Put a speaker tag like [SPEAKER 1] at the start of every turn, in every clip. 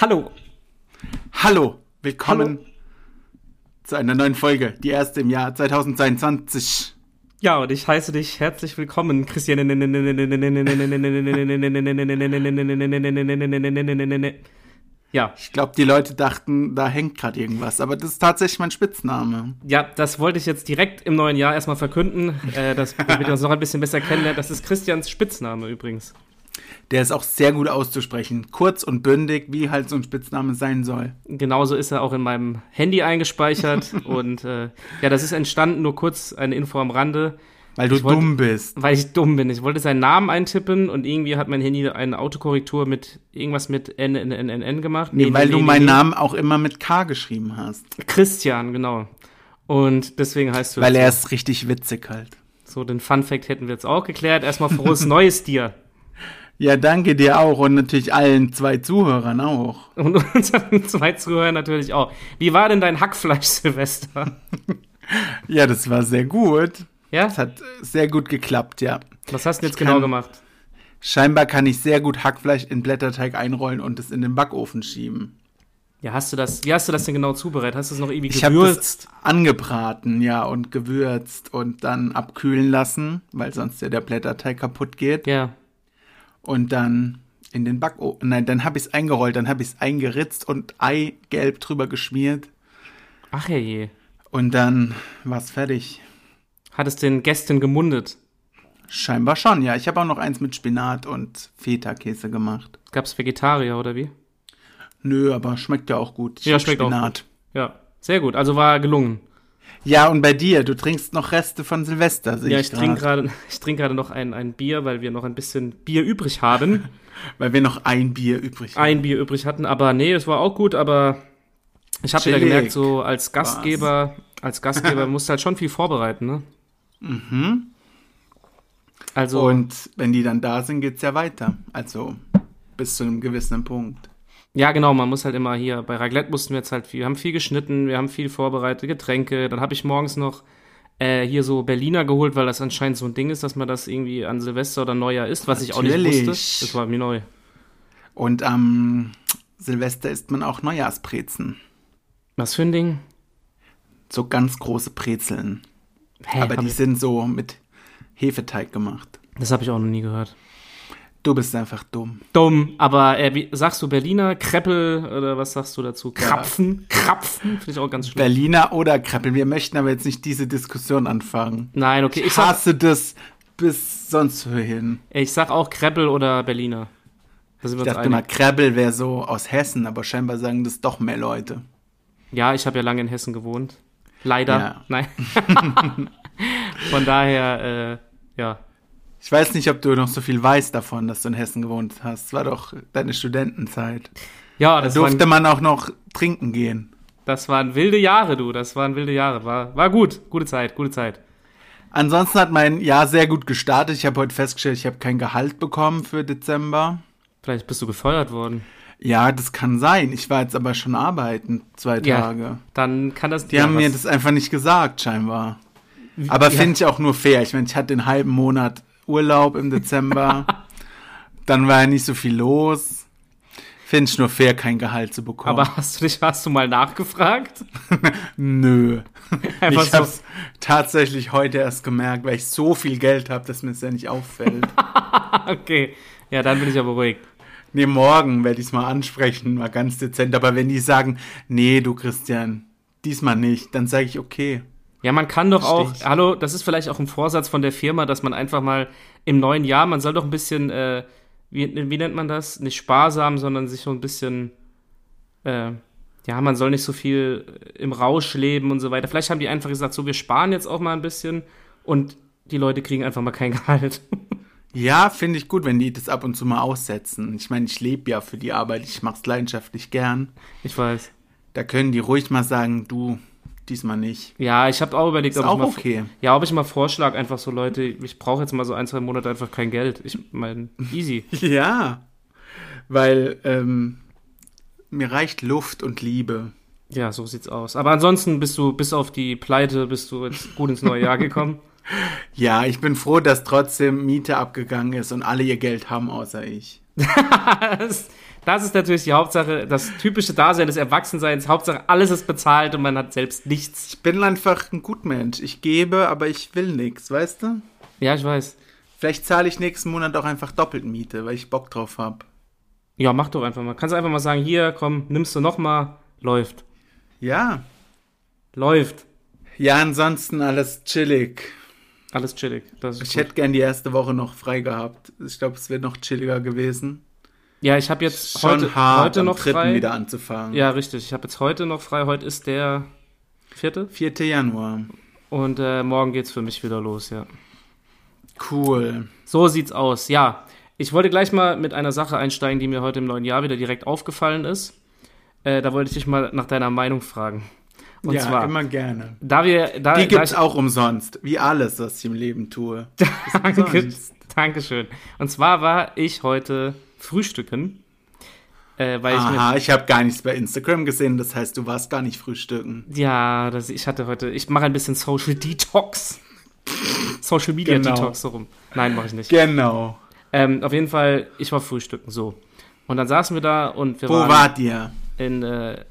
[SPEAKER 1] Hallo.
[SPEAKER 2] Hallo, willkommen zu einer neuen Folge, die erste im Jahr 2022.
[SPEAKER 1] Ja, und ich heiße dich herzlich willkommen, Christian. Ja,
[SPEAKER 2] Ich glaube, die Leute dachten, da hängt gerade irgendwas, aber das ist tatsächlich mein Spitzname.
[SPEAKER 1] ja, das wollte ich jetzt direkt im neuen Jahr erstmal verkünden, äh, dass wir uns noch ein bisschen besser kennenlernen. Das ist Christians Spitzname übrigens.
[SPEAKER 2] Der ist auch sehr gut auszusprechen, kurz und bündig, wie halt so ein Spitzname sein soll.
[SPEAKER 1] Genauso ist er auch in meinem Handy eingespeichert. Und äh, ja, das ist entstanden, nur kurz eine Info am Rande.
[SPEAKER 2] Weil du
[SPEAKER 1] Ich wollte-
[SPEAKER 2] dumm bist.
[SPEAKER 1] Weil ich dumm bin. Ich wollte seinen Namen eintippen und irgendwie hat mein Handy eine Autokorrektur mit irgendwas mit N, N, N, N, N gemacht.
[SPEAKER 2] Nee, weil du meinen Namen auch immer mit K geschrieben hast.
[SPEAKER 1] Christian, genau. Und deswegen heißt du
[SPEAKER 2] Weil
[SPEAKER 1] jetzt
[SPEAKER 2] er ist richtig witzig halt.
[SPEAKER 1] so. Den Fun Fact hätten wir jetzt auch geklärt. Erstmal frohes Neues dir.
[SPEAKER 2] Ja, danke dir auch und natürlich allen zwei Zuhörern auch.
[SPEAKER 1] Und unseren zwei Zuhörern natürlich auch. Wie war denn dein Hackfleisch, Silvester?
[SPEAKER 2] Ja, das war sehr gut.
[SPEAKER 1] Ja?
[SPEAKER 2] Das hat sehr gut geklappt, ja.
[SPEAKER 1] Was hast du denn jetzt
[SPEAKER 2] kann-
[SPEAKER 1] genau gemacht?
[SPEAKER 2] Scheinbar kann ich sehr gut Hackfleisch in Blätterteig einrollen und es in den Backofen schieben.
[SPEAKER 1] Ja, hast du das, wie hast du das denn genau zubereitet? Hast du es noch irgendwie
[SPEAKER 2] Ich habe das
[SPEAKER 1] gewürzt?
[SPEAKER 2] angebraten, ja, und gewürzt und dann abkühlen lassen, weil sonst ja der Blätterteig kaputt geht.
[SPEAKER 1] Ja.
[SPEAKER 2] Und dann in den Backofen. Nein, dann habe ich es eingerollt, dann habe ich es eingeritzt und Eigelb drüber geschmiert.
[SPEAKER 1] Ach je.
[SPEAKER 2] Und dann war es fertig.
[SPEAKER 1] Hat es den Gästen gemundet?
[SPEAKER 2] Scheinbar schon, ja. Ich habe auch noch eins mit Spinat und Feta-Käse gemacht.
[SPEAKER 1] Gab's Vegetarier oder wie?
[SPEAKER 2] Nö, aber schmeckt ja auch gut. Ich
[SPEAKER 1] Ja,
[SPEAKER 2] hab
[SPEAKER 1] schmeckt auch
[SPEAKER 2] Spinat.
[SPEAKER 1] Ja, sehr gut. Also war gelungen.
[SPEAKER 2] Ja, und bei dir, du trinkst noch Reste von Silvester, sehe
[SPEAKER 1] Ja,
[SPEAKER 2] ich
[SPEAKER 1] ich trinke
[SPEAKER 2] grad.
[SPEAKER 1] gerade ich trinke gerade noch ein, ein Bier, weil wir noch ein bisschen Bier übrig haben.
[SPEAKER 2] Weil wir noch ein Bier übrig haben.
[SPEAKER 1] Ein Bier übrig hatten, aber nee, es war auch gut, aber ich habe wieder
[SPEAKER 2] Chillig.
[SPEAKER 1] gemerkt, so als Gastgeber, als Gastgeber musst du halt schon viel vorbereiten, ne? Mhm. Also
[SPEAKER 2] Mhm. Und wenn die dann da sind, geht's ja weiter. Also bis zu einem gewissen Punkt.
[SPEAKER 1] Ja, genau, man muss halt immer hier, bei Raglette mussten wir jetzt halt viel, wir haben viel geschnitten, wir haben viel vorbereitet, Getränke, dann habe ich morgens noch äh, hier so Berliner geholt, weil das anscheinend so ein Ding ist, dass man das irgendwie an Silvester oder Neujahr isst, was ich auch nicht
[SPEAKER 2] Natürlich.
[SPEAKER 1] wusste. Das war mir neu.
[SPEAKER 2] Und am Silvester isst man auch Neujahrsbrezen.
[SPEAKER 1] Was für ein Ding?
[SPEAKER 2] So ganz große Brezeln.
[SPEAKER 1] Hä,
[SPEAKER 2] Aber
[SPEAKER 1] hab
[SPEAKER 2] die
[SPEAKER 1] ich,
[SPEAKER 2] sind so mit Hefeteig gemacht.
[SPEAKER 1] das habe ich auch noch nie gehört.
[SPEAKER 2] Du bist einfach dumm.
[SPEAKER 1] Dumm, aber äh, wie, sagst du Berliner, Kreppel oder was sagst du dazu?
[SPEAKER 2] Ja.
[SPEAKER 1] Krapfen? Krapfen? Finde ich auch ganz schlimm.
[SPEAKER 2] Berliner oder Kreppel. Wir möchten aber jetzt nicht diese Diskussion anfangen.
[SPEAKER 1] Nein, okay, ich
[SPEAKER 2] Ich
[SPEAKER 1] sag,
[SPEAKER 2] hasse das bis sonst wohin.
[SPEAKER 1] ich sag auch Kreppel oder Berliner. Da sind wir
[SPEAKER 2] Ich
[SPEAKER 1] uns
[SPEAKER 2] dachte mal,
[SPEAKER 1] einig.
[SPEAKER 2] Kreppel wäre so aus Hessen, aber scheinbar sagen das doch mehr Leute.
[SPEAKER 1] Ja, ich habe ja lange in Hessen gewohnt. Leider.
[SPEAKER 2] Ja.
[SPEAKER 1] Nein. Von daher, äh, ja.
[SPEAKER 2] Ich weiß nicht, ob du noch so viel weißt davon, dass du in Hessen gewohnt hast. Es war doch deine Studentenzeit.
[SPEAKER 1] Ja,
[SPEAKER 2] Da
[SPEAKER 1] das
[SPEAKER 2] durfte
[SPEAKER 1] waren,
[SPEAKER 2] man auch noch trinken gehen.
[SPEAKER 1] das waren wilde Jahre, du. Das waren wilde Jahre. War, war gut. Gute Zeit, gute Zeit.
[SPEAKER 2] Ansonsten hat mein Jahr sehr gut gestartet. Ich habe heute festgestellt, ich habe kein Gehalt bekommen für Dezember.
[SPEAKER 1] Vielleicht bist du gefeuert worden.
[SPEAKER 2] Ja, das kann sein. Ich war jetzt aber schon arbeiten, zwei
[SPEAKER 1] Ja.
[SPEAKER 2] Tage.
[SPEAKER 1] Dann kann das
[SPEAKER 2] Die haben mir das einfach nicht gesagt, scheinbar. Aber
[SPEAKER 1] ja.
[SPEAKER 2] finde ich auch nur fair. Ich meine, ich hatte den halben Monat Urlaub im Dezember. Dann war ja nicht so viel los. Finde ich nur fair, kein Gehalt zu bekommen.
[SPEAKER 1] Aber hast du dich, hast du mal nachgefragt?
[SPEAKER 2] Nö.
[SPEAKER 1] Einfach
[SPEAKER 2] ich
[SPEAKER 1] so.
[SPEAKER 2] habe es tatsächlich heute erst gemerkt, weil ich so viel Geld habe, dass mir es ja nicht auffällt.
[SPEAKER 1] Okay. Ja, dann bin ich ja beruhigt.
[SPEAKER 2] nee, morgen werde ich es mal ansprechen, mal ganz dezent. Aber wenn die sagen, nee, du Christian, diesmal nicht, dann sage ich, okay.
[SPEAKER 1] Ja, man kann doch auch,
[SPEAKER 2] Verstehe ich.
[SPEAKER 1] hallo, das ist vielleicht auch ein Vorsatz von der Firma, dass man einfach mal im neuen Jahr, man soll doch ein bisschen, äh, wie, wie nennt man das? Nicht sparsam, sondern sich so ein bisschen, äh, ja, man soll nicht so viel im Rausch leben und so weiter. Vielleicht haben die einfach gesagt, so, wir sparen jetzt auch mal ein bisschen und die Leute kriegen einfach mal kein Gehalt.
[SPEAKER 2] Ja, finde ich gut, wenn die das ab und zu mal aussetzen. Ich meine, ich lebe ja für die Arbeit, ich mache es leidenschaftlich gern.
[SPEAKER 1] Ich weiß.
[SPEAKER 2] Da können die ruhig mal sagen, du, diesmal nicht.
[SPEAKER 1] Ja, ich habe auch überlegt,
[SPEAKER 2] Ist
[SPEAKER 1] ob ich
[SPEAKER 2] auch
[SPEAKER 1] mal,
[SPEAKER 2] okay.
[SPEAKER 1] ja, ob ich mal vorschlag, einfach so Leute, ich brauche jetzt mal so ein, zwei Monate einfach kein Geld. Ich mein, easy.
[SPEAKER 2] Ja, weil ähm, mir reicht Luft und Liebe.
[SPEAKER 1] Ja, so sieht's aus. Aber ansonsten bist du bis auf die Pleite bist du jetzt gut ins neue Jahr gekommen.
[SPEAKER 2] Ja, ich bin froh, dass trotzdem Miete abgegangen ist und alle ihr Geld haben, außer ich.
[SPEAKER 1] das, Das ist natürlich die Hauptsache, das typische Dasein des Erwachsenseins. Hauptsache, alles ist bezahlt und man hat selbst nichts.
[SPEAKER 2] Ich bin einfach ein Gutmensch. Ich gebe, aber ich will nichts, weißt du?
[SPEAKER 1] Ja, ich weiß.
[SPEAKER 2] Vielleicht zahle ich nächsten Monat auch einfach doppelt Miete, weil ich Bock drauf habe.
[SPEAKER 1] Ja, mach doch einfach mal. Kannst einfach mal sagen, hier, komm, nimmst du noch mal. Läuft.
[SPEAKER 2] Ja.
[SPEAKER 1] Läuft.
[SPEAKER 2] Ja, ansonsten alles chillig.
[SPEAKER 1] Alles chillig. Das ist
[SPEAKER 2] Ich
[SPEAKER 1] gut.
[SPEAKER 2] hätte gern die erste Woche noch frei gehabt. Ich glaube, es wäre noch chilliger gewesen.
[SPEAKER 1] ja, ich habe jetzt
[SPEAKER 2] Schon
[SPEAKER 1] heute,
[SPEAKER 2] hart,
[SPEAKER 1] heute noch
[SPEAKER 2] am 3.
[SPEAKER 1] frei.
[SPEAKER 2] wieder anzufangen.
[SPEAKER 1] Ja, richtig. Ich habe jetzt heute noch frei. Heute ist der vierte.
[SPEAKER 2] 4. Januar.
[SPEAKER 1] Und äh, morgen geht's für mich wieder los, ja.
[SPEAKER 2] Cool.
[SPEAKER 1] So sieht's aus, ja. Ich wollte gleich mal mit einer Sache einsteigen, die mir heute im neuen Jahr wieder direkt aufgefallen ist. Äh, da wollte ich dich mal nach deiner Meinung fragen. Und
[SPEAKER 2] ja,
[SPEAKER 1] zwar,
[SPEAKER 2] immer gerne.
[SPEAKER 1] da wir. Da, da
[SPEAKER 2] Die gibt's
[SPEAKER 1] ich-
[SPEAKER 2] auch umsonst. Wie alles, was ich im Leben tue.
[SPEAKER 1] Danke,
[SPEAKER 2] sonst.
[SPEAKER 1] Dankeschön. Und zwar war ich heute frühstücken, äh, weil ich mir.
[SPEAKER 2] Aha, ich habe gar nichts bei Instagram gesehen. Das heißt, du warst gar nicht frühstücken.
[SPEAKER 1] Ja, das, ich hatte heute. Ich mache ein bisschen Social Detox. Social Media
[SPEAKER 2] Genau.
[SPEAKER 1] Detox, so rum. Nein, mache ich nicht.
[SPEAKER 2] Genau.
[SPEAKER 1] Ähm, auf jeden Fall, ich war frühstücken, so. Und dann saßen wir da und wir
[SPEAKER 2] Wo
[SPEAKER 1] waren
[SPEAKER 2] wart ihr?
[SPEAKER 1] in, äh,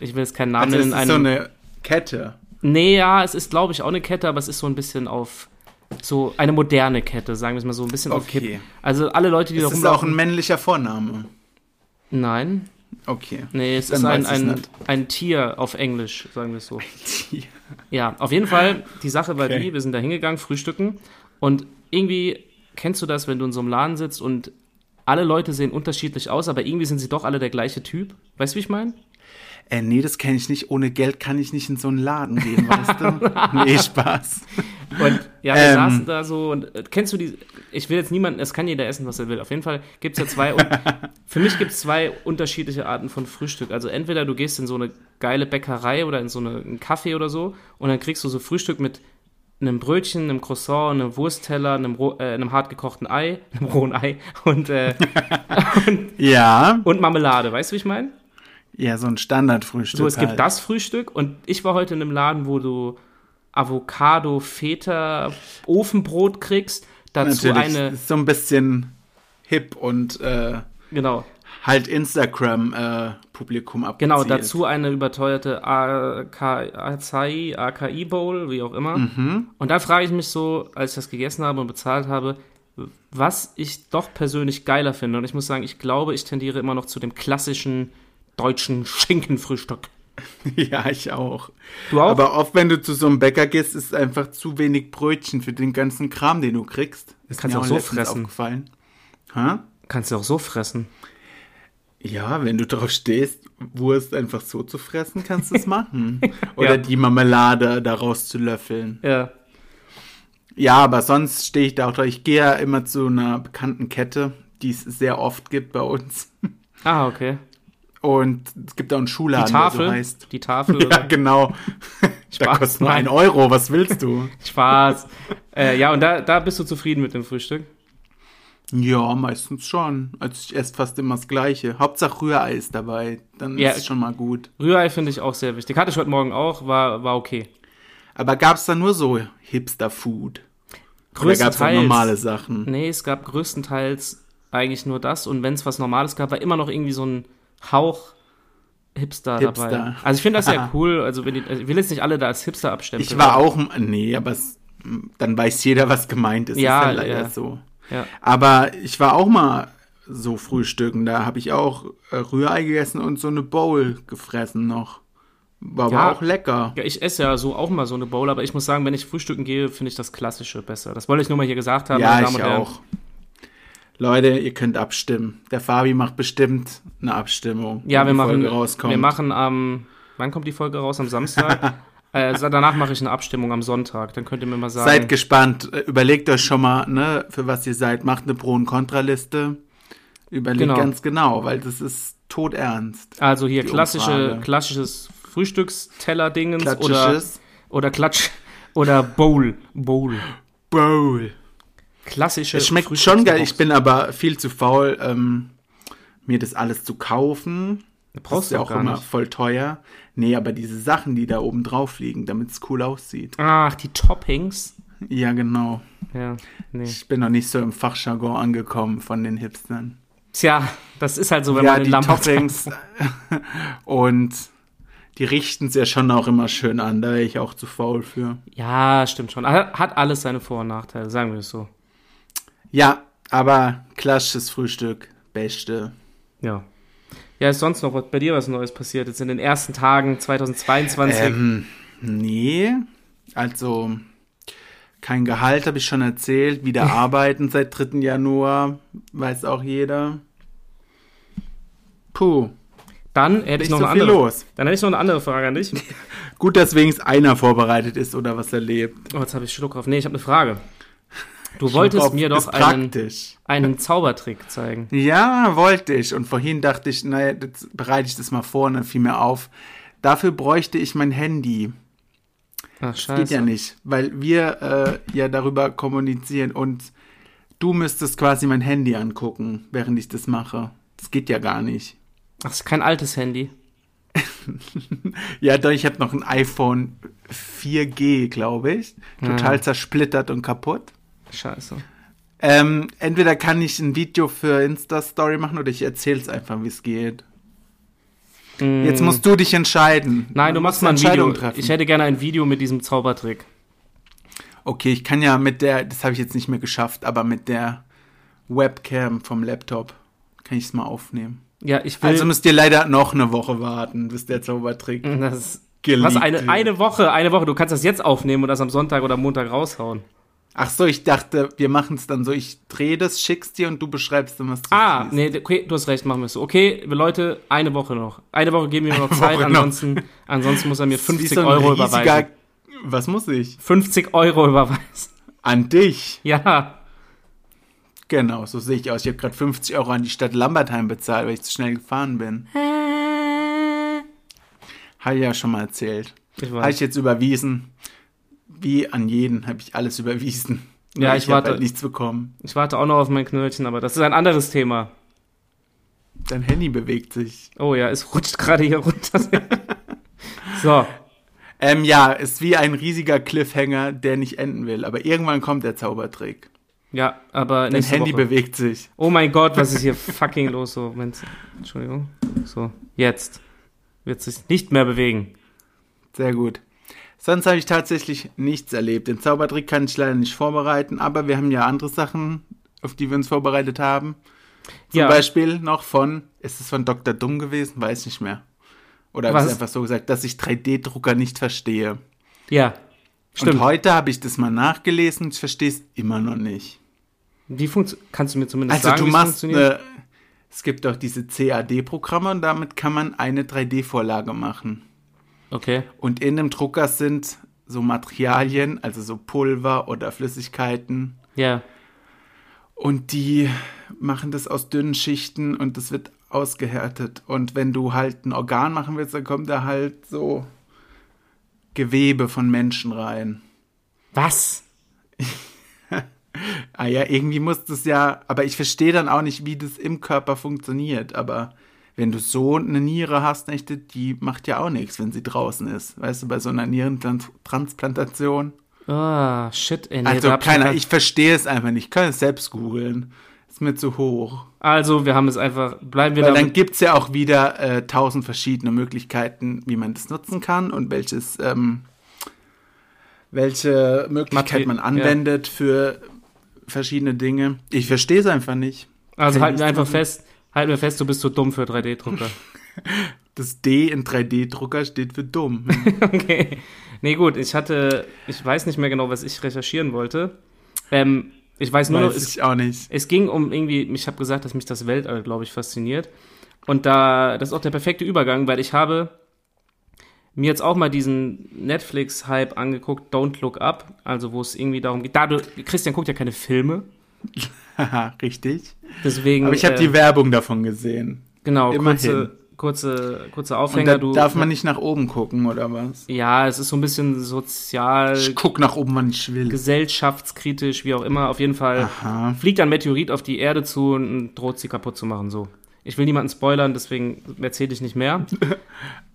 [SPEAKER 1] ich will jetzt keinen Namen
[SPEAKER 2] Also
[SPEAKER 1] nennen,
[SPEAKER 2] es
[SPEAKER 1] in
[SPEAKER 2] ist
[SPEAKER 1] einem.
[SPEAKER 2] so eine Kette.
[SPEAKER 1] nee, ja, es ist, glaube ich, auch eine Kette, aber es ist so ein bisschen auf, so eine moderne Kette, sagen wir es mal so, ein bisschen auf Hip.
[SPEAKER 2] Okay.
[SPEAKER 1] Also alle Leute, die da
[SPEAKER 2] Es ist auch
[SPEAKER 1] rumlaufen.
[SPEAKER 2] ein männlicher Vorname.
[SPEAKER 1] Nein,
[SPEAKER 2] Okay.
[SPEAKER 1] nee, es
[SPEAKER 2] Dann
[SPEAKER 1] ist ein,
[SPEAKER 2] weiß ich's
[SPEAKER 1] ein,
[SPEAKER 2] nicht.
[SPEAKER 1] ein Tier auf Englisch, sagen wir es so. Ja, auf jeden Fall, die Sache war
[SPEAKER 2] Okay.
[SPEAKER 1] die, wir sind da hingegangen, frühstücken und irgendwie kennst du das, wenn du in so einem Laden sitzt und alle Leute sehen unterschiedlich aus, aber irgendwie sind sie doch alle der gleiche Typ. Weißt du, wie ich meine?
[SPEAKER 2] Äh, nee, das kenne ich nicht. Ohne Geld kann ich nicht in so einen Laden gehen, weißt du? Nee, Spaß.
[SPEAKER 1] Und ja, wir
[SPEAKER 2] Ähm.
[SPEAKER 1] saßen da so und äh, kennst du die, ich will jetzt niemanden, es kann jeder essen, was er will. Auf jeden Fall gibt es ja zwei, und für mich gibt es zwei unterschiedliche Arten von Frühstück. Also entweder du gehst in so eine geile Bäckerei oder in so eine, einen Kaffee oder so und dann kriegst du so Frühstück mit einem Brötchen, einem Croissant, einem Wurstteller, einem, roh- äh, einem hart gekochten Ei, einem rohen Ei und, äh,
[SPEAKER 2] Ja.
[SPEAKER 1] und Marmelade. Weißt du, wie ich meine?
[SPEAKER 2] Ja, so ein Standardfrühstück.
[SPEAKER 1] So, es gibt
[SPEAKER 2] halt.
[SPEAKER 1] das Frühstück und ich war heute in einem Laden, wo du Avocado, Feta, Ofenbrot kriegst, dazu
[SPEAKER 2] Natürlich.
[SPEAKER 1] eine,
[SPEAKER 2] Ist so ein bisschen hip und äh,
[SPEAKER 1] genau,
[SPEAKER 2] halt Instagram-Publikum äh, ab.
[SPEAKER 1] genau, dazu eine überteuerte AK Acai, AKI Bowl, wie auch immer.
[SPEAKER 2] Mhm.
[SPEAKER 1] Und da frage ich mich so, als ich das gegessen habe und bezahlt habe, was ich doch persönlich geiler finde. Und ich muss sagen, ich glaube, ich tendiere immer noch zu dem klassischen deutschen Schinkenfrühstück.
[SPEAKER 2] Ja, ich auch.
[SPEAKER 1] Du auch?
[SPEAKER 2] Aber oft, wenn du zu so einem Bäcker gehst, ist einfach zu wenig Brötchen für den ganzen Kram, den du kriegst. Ist
[SPEAKER 1] Kannst
[SPEAKER 2] mir
[SPEAKER 1] auch so
[SPEAKER 2] letztens
[SPEAKER 1] fressen.
[SPEAKER 2] aufgefallen. Hä?
[SPEAKER 1] Kannst du auch so fressen.
[SPEAKER 2] Ja, wenn du drauf stehst, Wurst einfach so zu fressen, kannst du es machen. Oder
[SPEAKER 1] Ja.
[SPEAKER 2] die Marmelade daraus zu löffeln.
[SPEAKER 1] Ja.
[SPEAKER 2] Ja, aber sonst stehe ich da auch drauf. Ich gehe ja immer zu einer bekannten Kette, die es sehr oft gibt bei uns.
[SPEAKER 1] Ah, okay.
[SPEAKER 2] Und es gibt auch einen
[SPEAKER 1] Die
[SPEAKER 2] Schuhladen, der
[SPEAKER 1] Tafel.
[SPEAKER 2] so heißt.
[SPEAKER 1] Die Tafel.
[SPEAKER 2] Ja,
[SPEAKER 1] oder?
[SPEAKER 2] genau. da
[SPEAKER 1] Spaß,
[SPEAKER 2] kostet nur
[SPEAKER 1] Mann.
[SPEAKER 2] ein Euro, was willst du?
[SPEAKER 1] Spaß. äh, ja, und da, da bist du zufrieden mit dem Frühstück.
[SPEAKER 2] Ja, meistens schon. Also ich esse fast immer das Gleiche. Hauptsache Rührei ist dabei. Dann
[SPEAKER 1] Ja.
[SPEAKER 2] ist es schon mal gut.
[SPEAKER 1] Rührei finde ich auch sehr wichtig. Hatte ich heute Morgen auch, war, war okay.
[SPEAKER 2] Aber gab es da nur so Hipster-Food? Oder gab es auch
[SPEAKER 1] Größtenteils-
[SPEAKER 2] normale Sachen?
[SPEAKER 1] Nee, es gab größtenteils eigentlich nur das. Und wenn es was Normales gab, war immer noch irgendwie so ein Hauch Hipster,
[SPEAKER 2] Hipster.
[SPEAKER 1] dabei. Also ich finde das ja cool. Also wenn die, also ich will jetzt nicht alle da als Hipster abstempeln.
[SPEAKER 2] Ich war auch... Nee, aber es, dann weiß jeder, was gemeint ist.
[SPEAKER 1] Ja,
[SPEAKER 2] ist halt leider
[SPEAKER 1] ja.
[SPEAKER 2] so.
[SPEAKER 1] Ja.
[SPEAKER 2] Aber ich war auch mal so frühstücken. Da habe ich auch äh, Rührei gegessen und so eine Bowl gefressen noch. War aber
[SPEAKER 1] Ja.
[SPEAKER 2] auch lecker.
[SPEAKER 1] Ja, ich esse ja so auch mal so eine Bowl, aber ich muss sagen, wenn ich frühstücken gehe, finde ich das Klassische besser. Das wollte ich nur mal hier gesagt haben.
[SPEAKER 2] Ja,
[SPEAKER 1] meine Damen
[SPEAKER 2] ich
[SPEAKER 1] und Herren.
[SPEAKER 2] auch. Leute, ihr könnt abstimmen. Der Fabi macht bestimmt eine Abstimmung.
[SPEAKER 1] Ja,
[SPEAKER 2] wenn
[SPEAKER 1] wir
[SPEAKER 2] die
[SPEAKER 1] machen,
[SPEAKER 2] Folge rauskommt.
[SPEAKER 1] wir machen am, wann kommt die Folge raus? Am Samstag? äh, sa- danach mache ich eine Abstimmung am Sonntag. Dann könnt ihr mir mal sagen.
[SPEAKER 2] Seid gespannt. Äh, Überlegt euch schon mal, ne, für was ihr seid. Macht eine Pro- und Kontraliste. Überlegt
[SPEAKER 1] Genau.
[SPEAKER 2] ganz genau, weil das ist todernst.
[SPEAKER 1] also hier
[SPEAKER 2] die
[SPEAKER 1] klassische,
[SPEAKER 2] Umfrage.
[SPEAKER 1] klassisches Frühstücksteller-Dingens oder,
[SPEAKER 2] Klatsches
[SPEAKER 1] oder Klatsch oder Bowl. Bowl.
[SPEAKER 2] Bowl.
[SPEAKER 1] Klassische.
[SPEAKER 2] Es schmeckt
[SPEAKER 1] Frühstücks-
[SPEAKER 2] schon geil. Ich bin aber viel zu faul, ähm, mir das alles zu kaufen.
[SPEAKER 1] Brauchst
[SPEAKER 2] ist ja
[SPEAKER 1] du
[SPEAKER 2] auch
[SPEAKER 1] gar
[SPEAKER 2] immer
[SPEAKER 1] nicht.
[SPEAKER 2] voll teuer. Nee, aber diese Sachen, die da oben drauf liegen, damit es cool aussieht.
[SPEAKER 1] Ach, die Toppings.
[SPEAKER 2] Ja, genau.
[SPEAKER 1] Ja, nee.
[SPEAKER 2] Ich bin noch nicht so im Fachjargon angekommen von den Hipstern.
[SPEAKER 1] Tja, das ist halt so, wenn
[SPEAKER 2] ja,
[SPEAKER 1] man eine
[SPEAKER 2] die
[SPEAKER 1] Lampe
[SPEAKER 2] Toppings. und die richten es ja schon auch immer schön an. Da wäre ich auch zu faul für.
[SPEAKER 1] Ja, stimmt schon. Hat hat alles seine Vor- und Nachteile, sagen wir es so.
[SPEAKER 2] Ja, aber klassisches Frühstück, beste.
[SPEAKER 1] Ja. Ja, ist sonst noch was- bei dir was Neues passiert? Jetzt in den ersten Tagen 2022.
[SPEAKER 2] Ähm, nee, also kein Gehalt, habe ich schon erzählt. Wieder arbeiten seit 3. Januar, weiß auch jeder. Puh,
[SPEAKER 1] dann hätte ich
[SPEAKER 2] nicht
[SPEAKER 1] noch
[SPEAKER 2] so
[SPEAKER 1] eine
[SPEAKER 2] viel
[SPEAKER 1] andere.
[SPEAKER 2] los.
[SPEAKER 1] Dann hätte ich noch eine andere Frage an dich.
[SPEAKER 2] Gut, dass wenigstens einer vorbereitet ist oder was erlebt.
[SPEAKER 1] Oh, jetzt habe ich Schluck auf. Nee, ich habe eine Frage. Du wolltest
[SPEAKER 2] Auf-
[SPEAKER 1] mir doch
[SPEAKER 2] ist
[SPEAKER 1] einen,
[SPEAKER 2] praktisch.
[SPEAKER 1] einen Zaubertrick zeigen.
[SPEAKER 2] Ja, wollte ich. Und vorhin dachte ich, naja, jetzt bereite ich das mal vor und dann fiel mir auf. Dafür bräuchte ich mein Handy.
[SPEAKER 1] Ach,
[SPEAKER 2] Geht ja
[SPEAKER 1] scheiße.
[SPEAKER 2] nicht, weil wir äh, ja darüber kommunizieren und du müsstest quasi mein Handy angucken, während ich das mache. Das geht ja gar nicht.
[SPEAKER 1] Ach, ist kein altes Handy.
[SPEAKER 2] Ja, doch, ich habe noch ein iPhone 4G, glaube ich. Total zersplittert und kaputt.
[SPEAKER 1] Scheiße.
[SPEAKER 2] Ähm, entweder kann ich ein Video für Insta-Story machen oder ich erzähle es einfach, wie es geht.
[SPEAKER 1] Mm.
[SPEAKER 2] Jetzt musst du dich entscheiden.
[SPEAKER 1] Nein, du
[SPEAKER 2] Man
[SPEAKER 1] machst
[SPEAKER 2] muss
[SPEAKER 1] mal ein Video.
[SPEAKER 2] Entscheidungen Treffen.
[SPEAKER 1] Ich hätte gerne ein Video mit diesem Zaubertrick.
[SPEAKER 2] okay, ich kann ja mit der, das habe ich jetzt nicht mehr geschafft, aber mit der Webcam vom Laptop kann ich es mal aufnehmen.
[SPEAKER 1] Ja, ich will.
[SPEAKER 2] Also müsst ihr leider noch eine Woche warten, bis der Zaubertrick
[SPEAKER 1] Mm, das,
[SPEAKER 2] geleakt
[SPEAKER 1] Hm. was eine,
[SPEAKER 2] wird.
[SPEAKER 1] eine Woche, eine Woche. Du kannst das jetzt aufnehmen und das am Sonntag oder Montag raushauen.
[SPEAKER 2] Ach so, ich dachte, wir machen es dann so, ich drehe das, schick's dir und du beschreibst dann, was du
[SPEAKER 1] Ah,
[SPEAKER 2] siehst.
[SPEAKER 1] nee, okay, du hast recht, machen wir es so. Okay, liebe Leute, eine Woche noch. Eine Woche geben wir mir noch Zeit,
[SPEAKER 2] Woche noch.
[SPEAKER 1] ansonsten, ansonsten muss er mir
[SPEAKER 2] Das ist wie
[SPEAKER 1] 50
[SPEAKER 2] so ein
[SPEAKER 1] Euro
[SPEAKER 2] riesiger-
[SPEAKER 1] überweisen.
[SPEAKER 2] Was muss ich?
[SPEAKER 1] 50 Euro überweisen.
[SPEAKER 2] An dich.
[SPEAKER 1] Ja,
[SPEAKER 2] Genau, so sehe ich aus. Ich habe gerade 50 Euro an die Stadt Lambertheim bezahlt, weil ich zu schnell gefahren bin. Äh. Habe ich ja schon mal erzählt.
[SPEAKER 1] ich
[SPEAKER 2] Habe
[SPEAKER 1] weiß.
[SPEAKER 2] ich jetzt überwiesen. Wie an jeden habe ich alles überwiesen.
[SPEAKER 1] Ja,
[SPEAKER 2] Weil
[SPEAKER 1] ich
[SPEAKER 2] hab
[SPEAKER 1] warte.
[SPEAKER 2] Halt nichts bekommen.
[SPEAKER 1] Ich warte auch noch auf mein Knöllchen, aber das ist ein anderes Thema.
[SPEAKER 2] Dein Handy bewegt sich.
[SPEAKER 1] Oh ja, es rutscht gerade hier runter. so,
[SPEAKER 2] Ähm, ja, ist wie ein riesiger Cliffhanger, der nicht enden will. Aber irgendwann kommt der Zaubertrick.
[SPEAKER 1] ja, aber
[SPEAKER 2] Dein
[SPEAKER 1] nächste
[SPEAKER 2] Handy
[SPEAKER 1] Woche.
[SPEAKER 2] bewegt sich.
[SPEAKER 1] Oh mein Gott, was ist hier fucking los? So, Moment. Entschuldigung. So, jetzt. Wird sich nicht mehr bewegen.
[SPEAKER 2] Sehr gut. Sonst habe ich tatsächlich nichts erlebt. Den Zaubertrick kann ich leider nicht vorbereiten, aber wir haben ja andere Sachen, auf die wir uns vorbereitet haben. Zum
[SPEAKER 1] Ja.
[SPEAKER 2] Beispiel noch von, ist es von Dr. Dumm gewesen? Weiß nicht mehr. Oder habe ich
[SPEAKER 1] Was?
[SPEAKER 2] es einfach so gesagt, dass ich 3D-Drucker nicht verstehe.
[SPEAKER 1] Ja,
[SPEAKER 2] Und
[SPEAKER 1] stimmt.
[SPEAKER 2] heute habe ich das mal nachgelesen, ich verstehe es immer noch nicht.
[SPEAKER 1] Wie funktioniert? Kannst du mir zumindest
[SPEAKER 2] Also
[SPEAKER 1] sagen,
[SPEAKER 2] du
[SPEAKER 1] wie es
[SPEAKER 2] machst
[SPEAKER 1] funktioniert?
[SPEAKER 2] eine, es gibt auch diese CAD-Programme und damit kann man eine 3D-Vorlage machen.
[SPEAKER 1] Okay.
[SPEAKER 2] Und in dem Drucker sind so Materialien, also so Pulver oder Flüssigkeiten.
[SPEAKER 1] Ja.
[SPEAKER 2] Und die machen das aus dünnen Schichten und das wird ausgehärtet. Und wenn du halt ein Organ machen willst, dann kommt da halt so Gewebe von Menschen rein.
[SPEAKER 1] Was?
[SPEAKER 2] Ah ja, irgendwie muss das ja, aber ich verstehe dann auch nicht, wie das im Körper funktioniert. Aber wenn du so eine Niere hast, echte, die macht ja auch nichts, wenn sie draußen ist. Weißt du, bei so einer Nierentransplantation.
[SPEAKER 1] Ah, shit. Ey, nee, da
[SPEAKER 2] Also
[SPEAKER 1] hab ich- halt
[SPEAKER 2] keiner, ich verstehe es einfach nicht. Ich kann es selbst googeln. Ist mir zu hoch.
[SPEAKER 1] Also, wir haben es einfach. Bleiben wir
[SPEAKER 2] Weil
[SPEAKER 1] da.
[SPEAKER 2] dann gibt es ja auch wieder äh, tausend verschiedene Möglichkeiten, wie man das nutzen kann und welches, ähm, welche Möglichkeit
[SPEAKER 1] Materi-
[SPEAKER 2] man
[SPEAKER 1] ja.
[SPEAKER 2] anwendet für verschiedene Dinge. Ich verstehe es einfach nicht.
[SPEAKER 1] Also, halten wir
[SPEAKER 2] Handys
[SPEAKER 1] einfach
[SPEAKER 2] machen.
[SPEAKER 1] fest. Halten wir fest, du bist zu dumm für 3D-Drucker.
[SPEAKER 2] Das D in 3D-Drucker steht für dumm.
[SPEAKER 1] Okay. Nee, gut, ich hatte, ich weiß nicht mehr genau, was ich recherchieren wollte. Ähm, ich weiß nur, noch,
[SPEAKER 2] Weiß
[SPEAKER 1] es,
[SPEAKER 2] ich auch nicht.
[SPEAKER 1] es ging um irgendwie, ich habe gesagt, dass mich das Weltall, glaube ich, fasziniert. Und da, das ist auch der perfekte Übergang, weil ich habe mir jetzt auch mal diesen Netflix-Hype angeguckt, Don't Look Up, also wo es irgendwie darum geht, da du, Christian guckt ja keine Filme,
[SPEAKER 2] Haha, richtig.
[SPEAKER 1] deswegen,
[SPEAKER 2] Aber ich habe
[SPEAKER 1] äh,
[SPEAKER 2] die Werbung davon gesehen.
[SPEAKER 1] genau,
[SPEAKER 2] immerhin.
[SPEAKER 1] kurze, kurze, kurze
[SPEAKER 2] Und
[SPEAKER 1] Aufhänger,
[SPEAKER 2] da
[SPEAKER 1] du,
[SPEAKER 2] darf man nicht nach oben gucken, oder was?
[SPEAKER 1] ja, es ist so ein bisschen sozial,
[SPEAKER 2] Ich guck nach oben, wann ich will.
[SPEAKER 1] gesellschaftskritisch, wie auch immer, auf jeden Fall
[SPEAKER 2] Aha.
[SPEAKER 1] fliegt ein Meteorit auf die Erde zu und droht sie kaputt zu machen, so. Ich will niemanden spoilern, deswegen erzähle ich nicht mehr.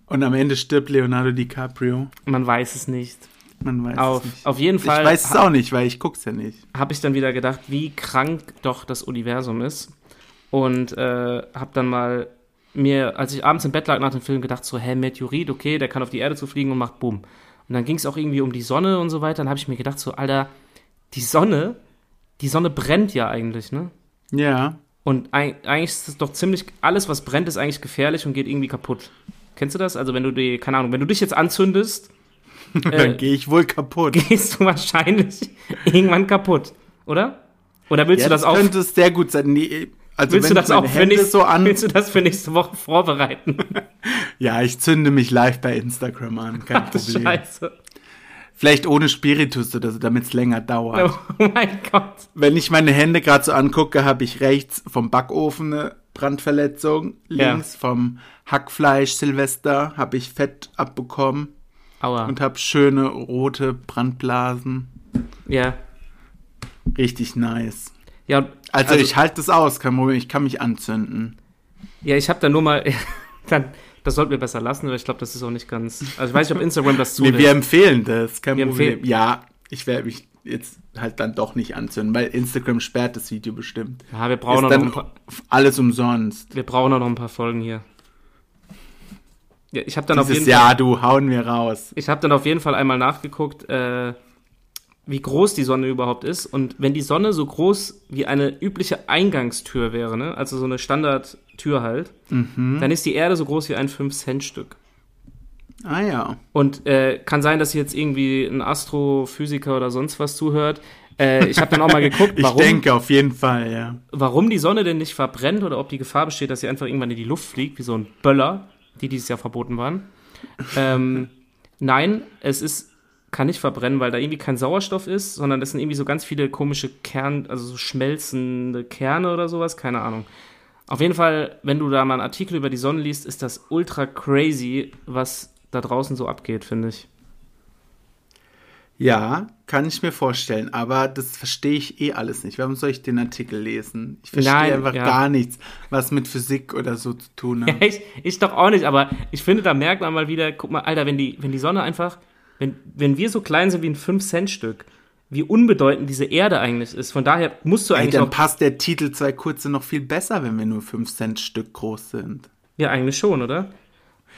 [SPEAKER 2] Und am Ende stirbt Leonardo DiCaprio.
[SPEAKER 1] Man weiß es nicht.
[SPEAKER 2] Man weiß
[SPEAKER 1] Auf,
[SPEAKER 2] es nicht.
[SPEAKER 1] auf jeden
[SPEAKER 2] ich
[SPEAKER 1] Fall
[SPEAKER 2] weiß es auch nicht, weil ich guck's ja nicht.
[SPEAKER 1] habe ich dann wieder gedacht, wie krank doch das Universum ist. und äh, habe dann mal mir, als ich abends im Bett lag nach dem Film, gedacht so, hä, Meteorit, okay, der kann auf die Erde zu fliegen und macht Boom. Und dann ging es auch irgendwie um die Sonne und so weiter. Dann habe ich mir gedacht so, Alter, die Sonne, die Sonne brennt ja eigentlich, ne?
[SPEAKER 2] Ja.
[SPEAKER 1] Und eig- eigentlich ist es doch ziemlich, alles was brennt, ist eigentlich gefährlich und geht irgendwie kaputt. Kennst du das? Also wenn du die, keine Ahnung, wenn du dich jetzt anzündest, Äh,
[SPEAKER 2] Dann gehe ich wohl kaputt.
[SPEAKER 1] gehst du wahrscheinlich irgendwann kaputt, oder? Oder willst
[SPEAKER 2] Ja,
[SPEAKER 1] du das, auch,
[SPEAKER 2] könnte es sehr gut sein. Nee, also
[SPEAKER 1] willst
[SPEAKER 2] wenn
[SPEAKER 1] du das
[SPEAKER 2] ich meine
[SPEAKER 1] auch für
[SPEAKER 2] Hände
[SPEAKER 1] nächst-
[SPEAKER 2] so an.
[SPEAKER 1] willst du das für nächste Woche vorbereiten?
[SPEAKER 2] Ja, ich zünde mich live bei Instagram an, kein Problem.
[SPEAKER 1] Scheiße.
[SPEAKER 2] Vielleicht ohne Spiritus oder so, damit es länger dauert.
[SPEAKER 1] Oh mein Gott.
[SPEAKER 2] Wenn ich meine Hände gerade so angucke, habe ich rechts vom Backofen eine Brandverletzung,
[SPEAKER 1] Ja.
[SPEAKER 2] links vom Hackfleisch Silvester habe ich Fett abbekommen
[SPEAKER 1] Aua.
[SPEAKER 2] und habe schöne rote Brandblasen.
[SPEAKER 1] ja.
[SPEAKER 2] Richtig nice.
[SPEAKER 1] Ja, und-
[SPEAKER 2] Also, ich halte das aus, kein Problem, ich kann mich anzünden.
[SPEAKER 1] Ja, ich habe da nur mal. Dann, das sollten wir besser lassen, aber ich glaube, das ist auch nicht ganz. Also, ich weiß nicht, ob Instagram das
[SPEAKER 2] Nee,
[SPEAKER 1] zulässt.
[SPEAKER 2] wir empfehlen das, kein
[SPEAKER 1] Wir
[SPEAKER 2] Problem.
[SPEAKER 1] empfehlen-
[SPEAKER 2] Ja, ich werde mich jetzt halt dann doch nicht anzünden, weil Instagram sperrt das Video bestimmt.
[SPEAKER 1] ja, wir,
[SPEAKER 2] Ist
[SPEAKER 1] brauchen auch noch ein
[SPEAKER 2] dann
[SPEAKER 1] paar,
[SPEAKER 2] alles umsonst.
[SPEAKER 1] wir brauchen auch noch ein paar Folgen hier. Ja, ich habe dann, auf
[SPEAKER 2] Dieses
[SPEAKER 1] jeden Fall-
[SPEAKER 2] Jahr, du, hauen wir raus.
[SPEAKER 1] ich hab dann auf jeden Fall einmal nachgeguckt, äh, wie groß die Sonne überhaupt ist. Und wenn die Sonne so groß wie eine übliche Eingangstür wäre, ne? also so eine Standardtür halt,
[SPEAKER 2] Mhm.
[SPEAKER 1] dann ist die Erde so groß wie ein 5-Cent-Stück.
[SPEAKER 2] Ah ja.
[SPEAKER 1] Und äh, kann sein, dass jetzt irgendwie ein Astrophysiker oder sonst was zuhört. Äh, ich habe dann auch mal geguckt,
[SPEAKER 2] Ich
[SPEAKER 1] warum,
[SPEAKER 2] denke auf jeden Fall, ja.
[SPEAKER 1] warum die Sonne denn nicht verbrennt oder ob die Gefahr besteht, dass sie einfach irgendwann in die Luft fliegt, wie so ein Böller, die dieses Jahr verboten waren. Ähm, nein, es ist, kann nicht verbrennen, weil da irgendwie kein Sauerstoff ist, sondern das sind irgendwie so ganz viele komische Kern, also so schmelzende Kerne oder sowas, keine Ahnung. Auf jeden Fall, wenn du da mal einen Artikel über die Sonne liest, ist das ultra crazy, was da draußen so abgeht, finde ich.
[SPEAKER 2] Ja, kann ich mir vorstellen, aber das verstehe ich eh alles nicht. Warum soll ich den Artikel lesen? Ich verstehe
[SPEAKER 1] Nein,
[SPEAKER 2] einfach
[SPEAKER 1] ja.
[SPEAKER 2] gar nichts, was mit Physik oder so zu tun
[SPEAKER 1] Ja,
[SPEAKER 2] hat.
[SPEAKER 1] ich, ich doch auch nicht, aber ich finde, da merkt man mal wieder, guck mal, Alter, wenn die, wenn die Sonne einfach, wenn, wenn wir so klein sind wie ein 5-Cent-Stück, wie unbedeutend diese Erde eigentlich ist. Von daher musst du
[SPEAKER 2] Ey,
[SPEAKER 1] eigentlich
[SPEAKER 2] dann
[SPEAKER 1] auch,
[SPEAKER 2] passt der Titel zwei kurze noch viel besser, wenn wir nur 5 Cent Stück groß sind.
[SPEAKER 1] ja, eigentlich schon, oder?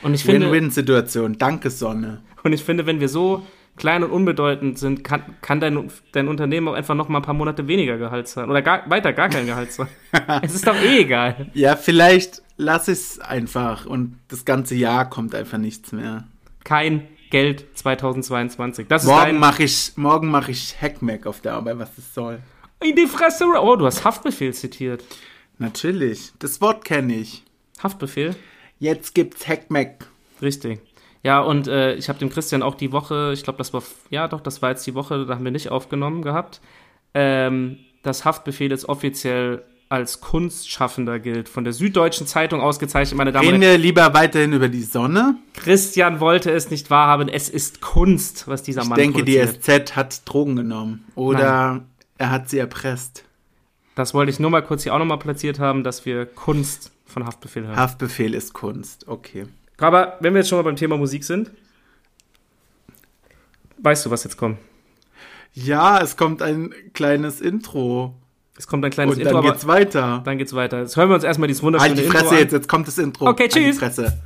[SPEAKER 1] Und ich finde,
[SPEAKER 2] Win-Win-Situation. Danke, Sonne.
[SPEAKER 1] und ich finde, wenn wir so klein und unbedeutend sind, kann, kann dein, dein Unternehmen auch einfach noch mal ein paar Monate weniger Gehalt zahlen oder gar, weiter gar kein Gehalt zahlen. es ist doch eh egal.
[SPEAKER 2] Ja, vielleicht lass ich es einfach und das ganze Jahr kommt einfach nichts mehr.
[SPEAKER 1] Kein Geld 2022. Das ist
[SPEAKER 2] Morgen
[SPEAKER 1] dein,
[SPEAKER 2] mache ich, morgen mach ich Hackmack auf der Arbeit, was das soll.
[SPEAKER 1] in die Fresse. Oh, du hast Haftbefehl zitiert.
[SPEAKER 2] Natürlich, das Wort kenne ich.
[SPEAKER 1] Haftbefehl?
[SPEAKER 2] Jetzt gibt's Hackmack.
[SPEAKER 1] Richtig. Ja, und äh, ich habe dem Christian auch die Woche, ich glaube, das war, f- ja doch, das war jetzt die Woche, da haben wir nicht aufgenommen gehabt, ähm, dass Haftbefehl jetzt offiziell als Kunstschaffender gilt. Von der Süddeutschen Zeitung ausgezeichnet, meine Damen und
[SPEAKER 2] Reden
[SPEAKER 1] Herren.
[SPEAKER 2] wir lieber weiterhin über die Sonne.
[SPEAKER 1] Christian wollte es nicht wahrhaben, es ist Kunst, was dieser
[SPEAKER 2] Ich
[SPEAKER 1] Mann
[SPEAKER 2] denke, die
[SPEAKER 1] produziert.
[SPEAKER 2] SZ hat Drogen genommen. Oder er hat sie erpresst.
[SPEAKER 1] Das wollte ich nur mal kurz hier auch nochmal platziert haben, dass wir Kunst von Haftbefehl haben.
[SPEAKER 2] Haftbefehl ist Kunst. Okay.
[SPEAKER 1] Aber wenn wir jetzt schon mal beim Thema Musik sind, weißt du, was jetzt kommt?
[SPEAKER 2] Ja, es kommt ein kleines Intro.
[SPEAKER 1] Es kommt ein kleines
[SPEAKER 2] und
[SPEAKER 1] Intro,
[SPEAKER 2] dann
[SPEAKER 1] aber
[SPEAKER 2] geht's weiter.
[SPEAKER 1] dann geht's weiter. Jetzt hören wir uns erstmal dieses wunderschöne
[SPEAKER 2] Halt die
[SPEAKER 1] Intro
[SPEAKER 2] Fresse
[SPEAKER 1] an.
[SPEAKER 2] jetzt, jetzt kommt das Intro.
[SPEAKER 1] Okay,
[SPEAKER 2] Halt die
[SPEAKER 1] tschüss.
[SPEAKER 2] Fresse.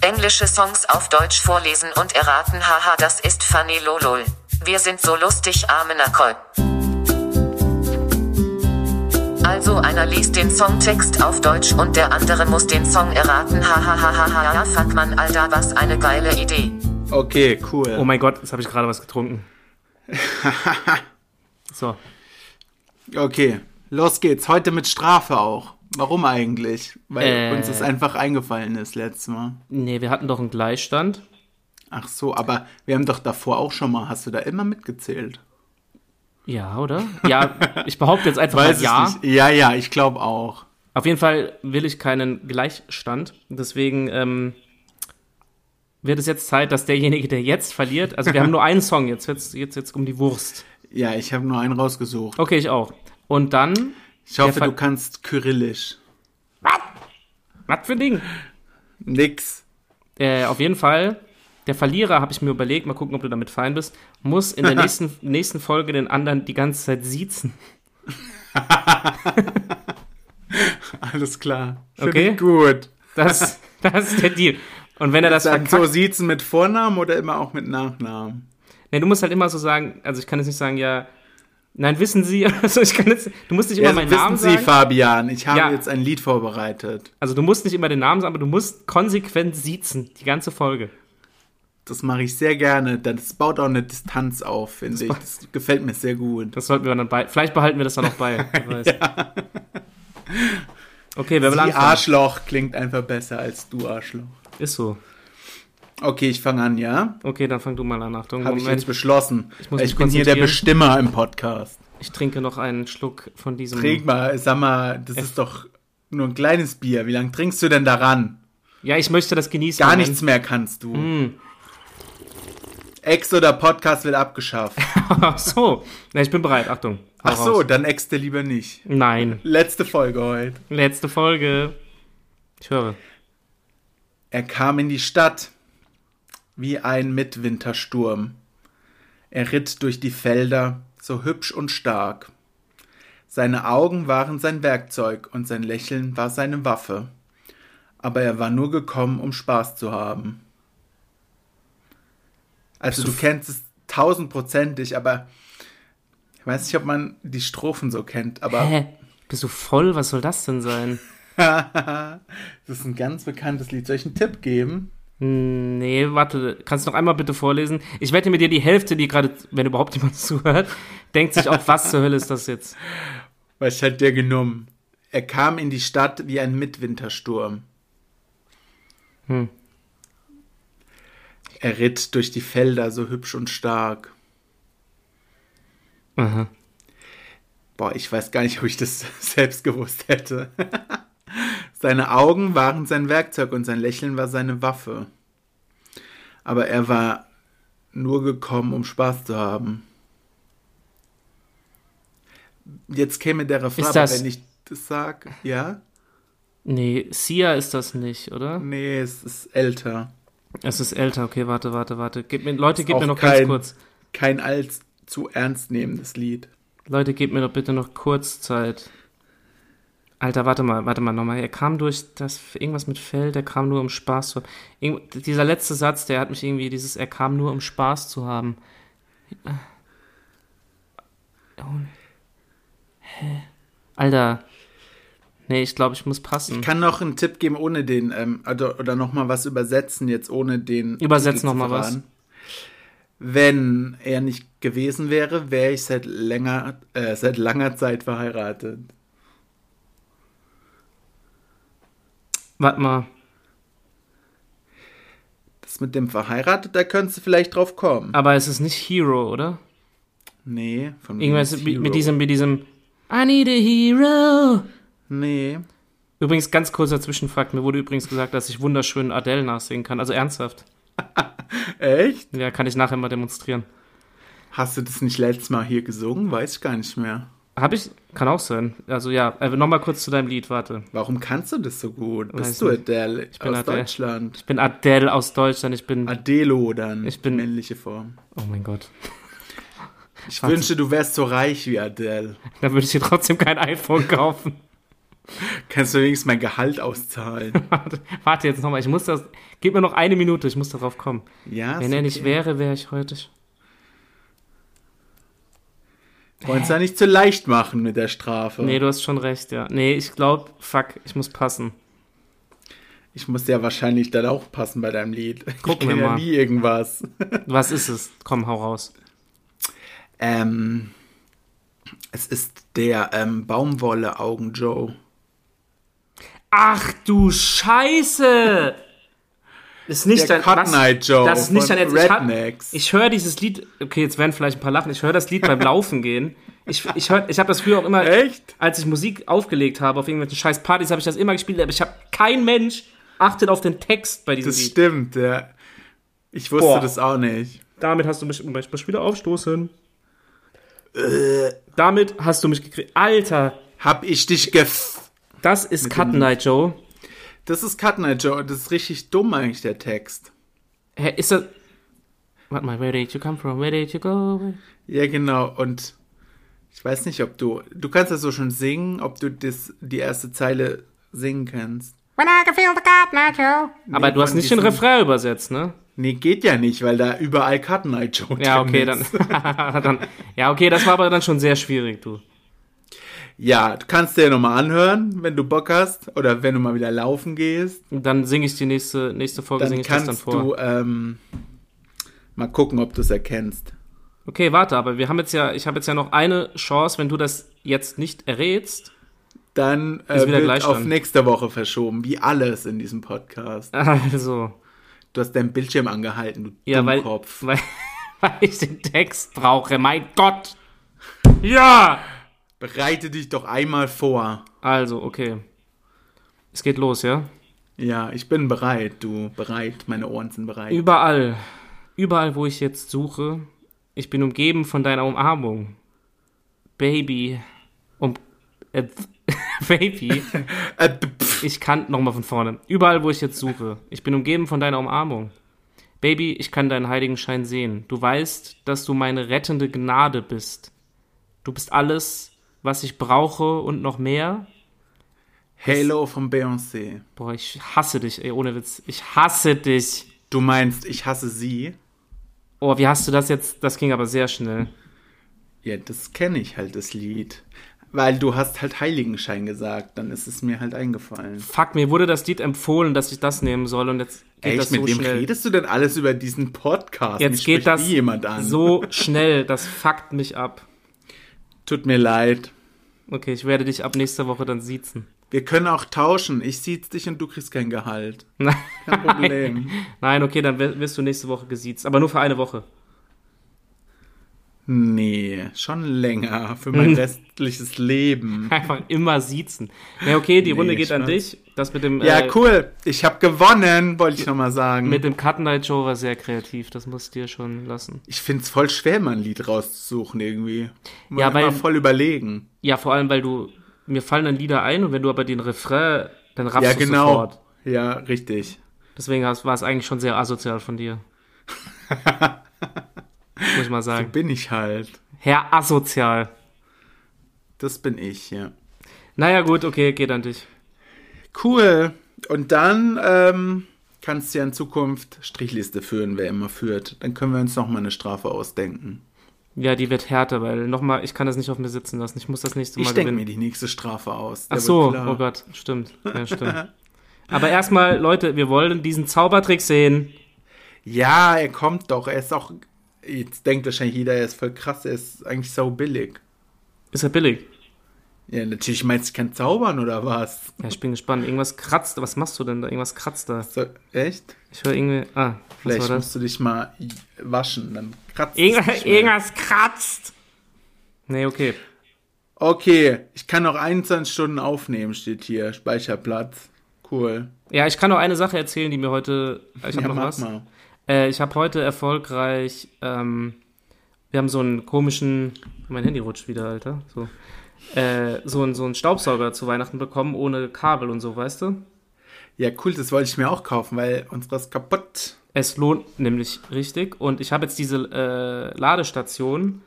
[SPEAKER 3] Englische Songs auf Deutsch vorlesen und erraten. Haha, das ist funny lolol. Wir sind so lustig, arme Nacol. Also einer liest den Songtext auf Deutsch und der andere muss den Song erraten. Hahaha, ja, fuck man, Alter, was eine geile Idee.
[SPEAKER 2] Okay, cool.
[SPEAKER 1] Oh mein Gott, jetzt habe ich gerade was getrunken. so.
[SPEAKER 2] Okay, los geht's. Heute mit Strafe auch. Warum eigentlich? Weil
[SPEAKER 1] Äh.
[SPEAKER 2] uns das einfach eingefallen ist letztes Mal.
[SPEAKER 1] Nee, wir hatten doch einen Gleichstand.
[SPEAKER 2] Ach so, aber wir haben doch davor auch schon mal. Hast du da immer mitgezählt?
[SPEAKER 1] Ja, oder? Ja, ich behaupte jetzt einfach mal ja.
[SPEAKER 2] ich nicht. Ja, ja, ich glaube auch.
[SPEAKER 1] Auf jeden Fall will ich keinen Gleichstand. Deswegen ähm, wird es jetzt Zeit, dass derjenige, der jetzt verliert, also wir haben nur einen Song, jetzt wird's jetzt, jetzt um die Wurst.
[SPEAKER 2] Ja, ich habe nur einen rausgesucht.
[SPEAKER 1] Okay, ich auch. Und dann,
[SPEAKER 2] Ich hoffe,
[SPEAKER 1] Ver-
[SPEAKER 2] du kannst Kyrillisch.
[SPEAKER 1] was für ein Ding?
[SPEAKER 2] Nix.
[SPEAKER 1] äh, auf jeden Fall, der Verlierer, habe ich mir überlegt, mal gucken, ob du damit fein bist, muss in der nächsten, nächsten Folge den anderen die ganze Zeit siezen.
[SPEAKER 2] Alles klar.
[SPEAKER 1] Okay.
[SPEAKER 2] Ich gut.
[SPEAKER 1] Das, das ist der Deal. Und wenn er das
[SPEAKER 2] Dann
[SPEAKER 1] verkackt,
[SPEAKER 2] so sieht's mit Vornamen oder immer auch mit Nachnamen?
[SPEAKER 1] nee, du musst halt immer so sagen, also ich kann jetzt nicht sagen, ja, nein, wissen Sie, also ich kann jetzt, du musst nicht immer
[SPEAKER 2] Ja,
[SPEAKER 1] meinen
[SPEAKER 2] wissen
[SPEAKER 1] Namen
[SPEAKER 2] Sie,
[SPEAKER 1] sagen.
[SPEAKER 2] Fabian, ich habe
[SPEAKER 1] Ja.
[SPEAKER 2] jetzt ein Lied vorbereitet.
[SPEAKER 1] Also du musst nicht immer den Namen sagen, aber du musst konsequent siezen, die ganze Folge.
[SPEAKER 2] Das mache ich sehr gerne. Das baut auch eine Distanz auf, finde ich. Das gefällt mir sehr gut.
[SPEAKER 1] Das sollten wir dann bei, vielleicht behalten wir das dann auch bei. Wer weiß. Okay, wer will
[SPEAKER 2] Die
[SPEAKER 1] anfangen?
[SPEAKER 2] Arschloch klingt einfach besser als du Arschloch.
[SPEAKER 1] Ist so.
[SPEAKER 2] Okay, ich fange an, ja?
[SPEAKER 1] Okay, dann fang du mal an. Achtung,
[SPEAKER 2] Habe ich
[SPEAKER 1] Moment.
[SPEAKER 2] jetzt beschlossen. Ich,
[SPEAKER 1] muss mich
[SPEAKER 2] bin hier der
[SPEAKER 1] konzentrieren.
[SPEAKER 2] Bestimmer im Podcast.
[SPEAKER 1] Ich trinke noch einen Schluck von diesem.
[SPEAKER 2] Trink mal, sag mal, das ist doch nur ein kleines Bier. Wie lange trinkst du denn daran?
[SPEAKER 1] Ja, ich möchte das genießen.
[SPEAKER 2] Gar
[SPEAKER 1] Moment. Hm.
[SPEAKER 2] nichts mehr kannst du. Ex oder Podcast wird abgeschafft.
[SPEAKER 1] Ach so. Na, ich bin bereit. Achtung. Hau
[SPEAKER 2] Ach so,
[SPEAKER 1] raus.
[SPEAKER 2] dann exte lieber nicht.
[SPEAKER 1] Nein.
[SPEAKER 2] Letzte Folge heute.
[SPEAKER 1] Letzte Folge. Ich höre.
[SPEAKER 2] Er kam in die Stadt wie ein Mitwintersturm. Er ritt durch die Felder so hübsch und stark. Seine Augen waren sein Werkzeug und sein Lächeln war seine Waffe. Aber er war nur gekommen, um Spaß zu haben. Also du kennst es tausendprozentig, aber ich weiß nicht, ob man die Strophen so kennt, aber
[SPEAKER 1] Hä? Bist du voll? Was soll das denn sein?
[SPEAKER 2] das ist ein ganz bekanntes Lied. Soll ich einen Tipp geben?
[SPEAKER 1] Nee, warte. Kannst du noch einmal bitte vorlesen? Ich wette mit dir, die Hälfte, die gerade, wenn überhaupt jemand zuhört, denkt sich auch, was zur Hölle ist das jetzt?
[SPEAKER 2] Was hat der genommen? Er kam in die Stadt wie ein Mitwintersturm.
[SPEAKER 1] Hm.
[SPEAKER 2] Er ritt durch die Felder so hübsch und stark.
[SPEAKER 1] Aha.
[SPEAKER 2] Boah, ich weiß gar nicht, ob ich das selbst gewusst hätte. seine Augen waren sein Werkzeug und sein Lächeln war seine Waffe. Aber er war nur gekommen, um Spaß zu haben. Jetzt käme der Refrain,
[SPEAKER 1] Ist
[SPEAKER 2] aber
[SPEAKER 1] das-
[SPEAKER 2] wenn ich das sag. Ja?
[SPEAKER 1] Nee, Sia ist das nicht, oder?
[SPEAKER 2] Nee, es ist älter.
[SPEAKER 1] Es ist älter. Okay, warte, warte, warte. Gib mir, Leute, gebt
[SPEAKER 2] auch
[SPEAKER 1] mir noch
[SPEAKER 2] kein-
[SPEAKER 1] ganz kurz.
[SPEAKER 2] Kein allzu ernst nehmendes Lied.
[SPEAKER 1] Leute, gebt mir doch bitte noch kurz Zeit. Alter, warte mal, warte mal nochmal. Er kam durch das irgendwas mit Feld, er kam nur um Spaß zu haben. Dieser letzte Satz, der hat mich irgendwie dieses, er kam nur um Spaß zu haben. Äh. Oh. Hä? Alter. Nee, ich glaube, ich muss passen.
[SPEAKER 2] Ich kann noch einen Tipp geben ohne den, ähm, oder, oder nochmal was übersetzen, jetzt ohne den.
[SPEAKER 1] Übersetz
[SPEAKER 2] Titel
[SPEAKER 1] noch
[SPEAKER 2] zu
[SPEAKER 1] mal was.
[SPEAKER 2] verraten. Wenn er nicht gewesen wäre, wäre ich seit länger, äh, seit langer Zeit verheiratet.
[SPEAKER 1] Warte mal.
[SPEAKER 2] Das mit dem verheiratet, da könntest du vielleicht drauf kommen.
[SPEAKER 1] Aber es ist nicht Hero, oder?
[SPEAKER 2] Nee, von mir
[SPEAKER 1] Irgendwas
[SPEAKER 2] ist
[SPEAKER 1] mit,
[SPEAKER 2] Hero.
[SPEAKER 1] mit diesem, mit diesem I need a hero.
[SPEAKER 2] Nee.
[SPEAKER 1] Übrigens, ganz kurzer Zwischenfakt. Mir wurde übrigens gesagt, dass ich wunderschön Adele nachsingen kann. Also ernsthaft.
[SPEAKER 2] Echt?
[SPEAKER 1] Ja, kann ich nachher mal demonstrieren.
[SPEAKER 2] Hast du das nicht letztes Mal hier gesungen? Weiß ich gar nicht mehr.
[SPEAKER 1] Hab ich? Kann auch sein. Also ja, äh, nochmal kurz zu deinem Lied, warte.
[SPEAKER 2] Warum kannst du das so gut?
[SPEAKER 1] Weiß
[SPEAKER 2] Bist du
[SPEAKER 1] nicht.
[SPEAKER 2] Adele
[SPEAKER 1] bin halt
[SPEAKER 2] aus
[SPEAKER 1] Adele.
[SPEAKER 2] Deutschland?
[SPEAKER 1] Ich bin Adele aus Deutschland. Ich bin.
[SPEAKER 2] Adelo dann.
[SPEAKER 1] Ich bin-
[SPEAKER 2] männliche Form.
[SPEAKER 1] Oh mein Gott.
[SPEAKER 2] Ich
[SPEAKER 1] Wahnsinn.
[SPEAKER 2] wünsche, du wärst so reich wie Adele.
[SPEAKER 1] Da würde ich dir trotzdem kein iPhone kaufen.
[SPEAKER 2] Kannst du wenigstens mein Gehalt auszahlen?
[SPEAKER 1] Warte, warte jetzt nochmal. Ich muss das. Gib mir noch eine Minute. Ich muss darauf kommen.
[SPEAKER 2] Ja,
[SPEAKER 1] Wenn er nicht wäre, wäre ich heute.
[SPEAKER 2] Wollen es ja nicht zu leicht machen mit der Strafe.
[SPEAKER 1] Nee, du hast schon recht, ja. Nee, ich glaube, fuck, ich muss passen.
[SPEAKER 2] Ich muss ja wahrscheinlich dann auch passen bei deinem Lied. ich
[SPEAKER 1] Gucken
[SPEAKER 2] kenn
[SPEAKER 1] wir
[SPEAKER 2] ja
[SPEAKER 1] mal.
[SPEAKER 2] nie irgendwas.
[SPEAKER 1] Was ist es? Komm, hau raus.
[SPEAKER 2] Ähm, es ist der ähm, Baumwolle-Augen-Joe.
[SPEAKER 1] Ach du Scheiße! Ist nicht
[SPEAKER 2] Der
[SPEAKER 1] dein was?
[SPEAKER 2] Cotton Eye Joe
[SPEAKER 1] Das ist nicht
[SPEAKER 2] von
[SPEAKER 1] dein Ernst. Ich hab-
[SPEAKER 2] Rednecks.
[SPEAKER 1] Ich höre dieses Lied. Okay, jetzt werden vielleicht ein paar lachen. Ich höre das Lied beim Laufen gehen. Ich, ich, hör- ich habe das früher auch immer,
[SPEAKER 2] Echt?
[SPEAKER 1] als ich Musik aufgelegt habe auf irgendwelchen scheiß Partys, habe ich das immer gespielt. Aber ich habe kein Mensch achtet auf den Text bei diesem
[SPEAKER 2] Das
[SPEAKER 1] Lied.
[SPEAKER 2] stimmt, ja. Ich wusste
[SPEAKER 1] Boah.
[SPEAKER 2] das auch nicht.
[SPEAKER 1] Damit hast du mich zum Beispiel wieder aufstoßen. Damit hast du mich gekriegt. Alter,
[SPEAKER 2] Hab ich dich gef...
[SPEAKER 1] das ist Cut Night Joe.
[SPEAKER 2] Das ist Cotton Eye Joe. Das ist richtig dumm eigentlich, der Text.
[SPEAKER 1] Hä, ist das. Warte mal, where did you come from? Where did you go?
[SPEAKER 2] Ja, genau. Und Ich weiß nicht, ob du. Du kannst das so schon singen, ob du das, die erste Zeile singen kannst.
[SPEAKER 4] When I can feel the cotton eye Joe.
[SPEAKER 1] Aber
[SPEAKER 2] Nee,
[SPEAKER 1] du hast
[SPEAKER 2] von
[SPEAKER 1] nicht den
[SPEAKER 2] diesem-
[SPEAKER 1] Refrain übersetzt, ne?
[SPEAKER 2] Nee, geht ja nicht, weil da überall Cotton Eye Joe
[SPEAKER 1] Ja,
[SPEAKER 2] drin
[SPEAKER 1] okay,
[SPEAKER 2] ist.
[SPEAKER 1] dann, dann. Ja, okay, das war aber dann schon sehr schwierig, du.
[SPEAKER 2] Ja, du kannst dir nochmal anhören, wenn du Bock hast. Oder wenn du mal wieder laufen gehst.
[SPEAKER 1] Dann singe ich die nächste, nächste Folge,
[SPEAKER 2] Dann
[SPEAKER 1] singe ich das dann
[SPEAKER 2] kannst
[SPEAKER 1] vor.
[SPEAKER 2] du ähm, mal gucken, ob du es erkennst.
[SPEAKER 1] Okay, warte, aber wir haben jetzt ja, ich habe jetzt ja noch eine Chance, wenn du das jetzt nicht errätst.
[SPEAKER 2] Dann äh,
[SPEAKER 1] Ist wieder
[SPEAKER 2] wird
[SPEAKER 1] Gleichstand.
[SPEAKER 2] auf nächste Woche verschoben, wie alles in diesem Podcast.
[SPEAKER 1] Also,
[SPEAKER 2] Du hast deinen Bildschirm angehalten, du
[SPEAKER 1] ja, weil,
[SPEAKER 2] Dummkopf.
[SPEAKER 1] weil, weil ich den Text brauche, mein Gott. Ja!
[SPEAKER 2] Bereite dich doch einmal vor.
[SPEAKER 1] Also, okay. Es geht los, ja?
[SPEAKER 2] Ja, ich bin bereit, du bereit, meine Ohren sind bereit.
[SPEAKER 1] Überall, überall, wo ich jetzt suche, ich bin umgeben von deiner Umarmung. Baby, um, äh, Baby,
[SPEAKER 2] Äh, pff,
[SPEAKER 1] ich kann, nochmal von vorne. Überall, wo ich jetzt suche, ich bin umgeben von deiner Umarmung. Baby, ich kann deinen Heiligenschein sehen. Du weißt, dass du meine rettende Gnade bist. Du bist alles, was ich brauche und noch mehr.
[SPEAKER 2] Halo von Beyoncé.
[SPEAKER 1] Boah, ich hasse dich, ey, ohne Witz. Ich hasse dich.
[SPEAKER 2] Du meinst, ich hasse sie?
[SPEAKER 1] Oh, wie hast du das jetzt? Das ging aber sehr schnell.
[SPEAKER 2] Ja, das kenne ich halt, das Lied. Weil du hast halt Heiligenschein gesagt, dann ist es mir halt eingefallen.
[SPEAKER 1] Fuck, mir wurde das Lied empfohlen, dass ich das nehmen soll und jetzt geht
[SPEAKER 2] Echt,
[SPEAKER 1] das
[SPEAKER 2] mit
[SPEAKER 1] so
[SPEAKER 2] wem
[SPEAKER 1] schnell.
[SPEAKER 2] redest du denn alles über diesen Podcast?
[SPEAKER 1] Jetzt
[SPEAKER 2] Mich
[SPEAKER 1] geht
[SPEAKER 2] spricht
[SPEAKER 1] das
[SPEAKER 2] nie jemand an.
[SPEAKER 1] so schnell, das fuckt mich ab.
[SPEAKER 2] Tut mir leid.
[SPEAKER 1] Okay, ich werde dich ab nächster Woche dann siezen.
[SPEAKER 2] Wir können auch tauschen. Ich siez dich und du kriegst kein Gehalt.
[SPEAKER 1] Nein,
[SPEAKER 2] Kein Problem.
[SPEAKER 1] Nein okay, dann wi- wirst du nächste Woche gesiezt, aber nur für eine Woche.
[SPEAKER 2] nee, schon länger. Für mein restliches Leben.
[SPEAKER 1] Einfach immer siezen. Ja, okay, die
[SPEAKER 2] Nee,
[SPEAKER 1] Runde geht an
[SPEAKER 2] Spaß.
[SPEAKER 1] dich. Das mit dem
[SPEAKER 2] Ja,
[SPEAKER 1] äh,
[SPEAKER 2] cool. Ich habe gewonnen, wollte ich nochmal sagen.
[SPEAKER 1] mit dem Cut Night Show war sehr kreativ, das musst du dir schon lassen.
[SPEAKER 2] ich find's voll schwer, mal ein Lied rauszusuchen irgendwie. Man
[SPEAKER 1] Ja,
[SPEAKER 2] ja, weil
[SPEAKER 1] weil-
[SPEAKER 2] voll überlegen.
[SPEAKER 1] Ja, vor allem, weil du mir fallen dann Lieder ein und wenn du aber den Refrain, dann raffst
[SPEAKER 2] Ja,
[SPEAKER 1] du
[SPEAKER 2] genau.
[SPEAKER 1] sofort.
[SPEAKER 2] Ja, richtig.
[SPEAKER 1] Deswegen hast- war es eigentlich schon sehr asozial von dir. Muss ich mal sagen.
[SPEAKER 2] Bin ich halt.
[SPEAKER 1] Herr Asozial.
[SPEAKER 2] Das bin ich, ja.
[SPEAKER 1] Naja, gut, okay, geht an dich.
[SPEAKER 2] Cool. Und dann ähm, kannst du ja in Zukunft Strichliste führen, wer immer führt. Dann können wir uns nochmal eine Strafe ausdenken.
[SPEAKER 1] Ja, die wird härter, weil nochmal, ich kann das nicht auf mir sitzen lassen. Ich muss das nächste Mal
[SPEAKER 2] Ich denke mir
[SPEAKER 1] gewinnen.
[SPEAKER 2] die nächste Strafe aus.
[SPEAKER 1] Ach
[SPEAKER 2] Der
[SPEAKER 1] so,
[SPEAKER 2] wird klar.
[SPEAKER 1] oh Gott, stimmt. Ja, stimmt. Aber erstmal, Leute, wir wollen diesen Zaubertrick sehen.
[SPEAKER 2] Ja, er kommt doch. Er ist auch. Jetzt denkt wahrscheinlich jeder, er ist voll krass. Er ist eigentlich so billig.
[SPEAKER 1] Ist ja billig.
[SPEAKER 2] Ja, natürlich meinst du, ich kann zaubern oder was?
[SPEAKER 1] Ja, ich bin gespannt. Irgendwas kratzt. Was machst du denn da? Irgendwas kratzt da.
[SPEAKER 2] So, echt?
[SPEAKER 1] Ich höre irgendwie. Ah, was
[SPEAKER 2] Vielleicht
[SPEAKER 1] war das?
[SPEAKER 2] musst du dich mal i- waschen, dann kratzt es
[SPEAKER 1] Irgendwas,
[SPEAKER 2] nicht mehr.
[SPEAKER 1] irgendwas kratzt. Nee, okay.
[SPEAKER 2] Okay, ich kann noch 21 Stunden aufnehmen, steht hier. Speicherplatz. Cool.
[SPEAKER 1] Ja, ich kann noch eine Sache erzählen, die mir heute. Ich habe
[SPEAKER 2] ja,
[SPEAKER 1] noch
[SPEAKER 2] mach
[SPEAKER 1] was.
[SPEAKER 2] mal.
[SPEAKER 1] Äh, ich habe heute erfolgreich, ähm, wir haben so einen komischen, mein Handy rutscht wieder, Alter, so, äh, so, einen, so einen Staubsauger zu Weihnachten bekommen, ohne Kabel und so, weißt du?
[SPEAKER 2] Ja, cool, das wollte ich mir auch kaufen, weil unsere ist kaputt.
[SPEAKER 1] Es lohnt nämlich richtig und ich habe jetzt diese äh, Ladestation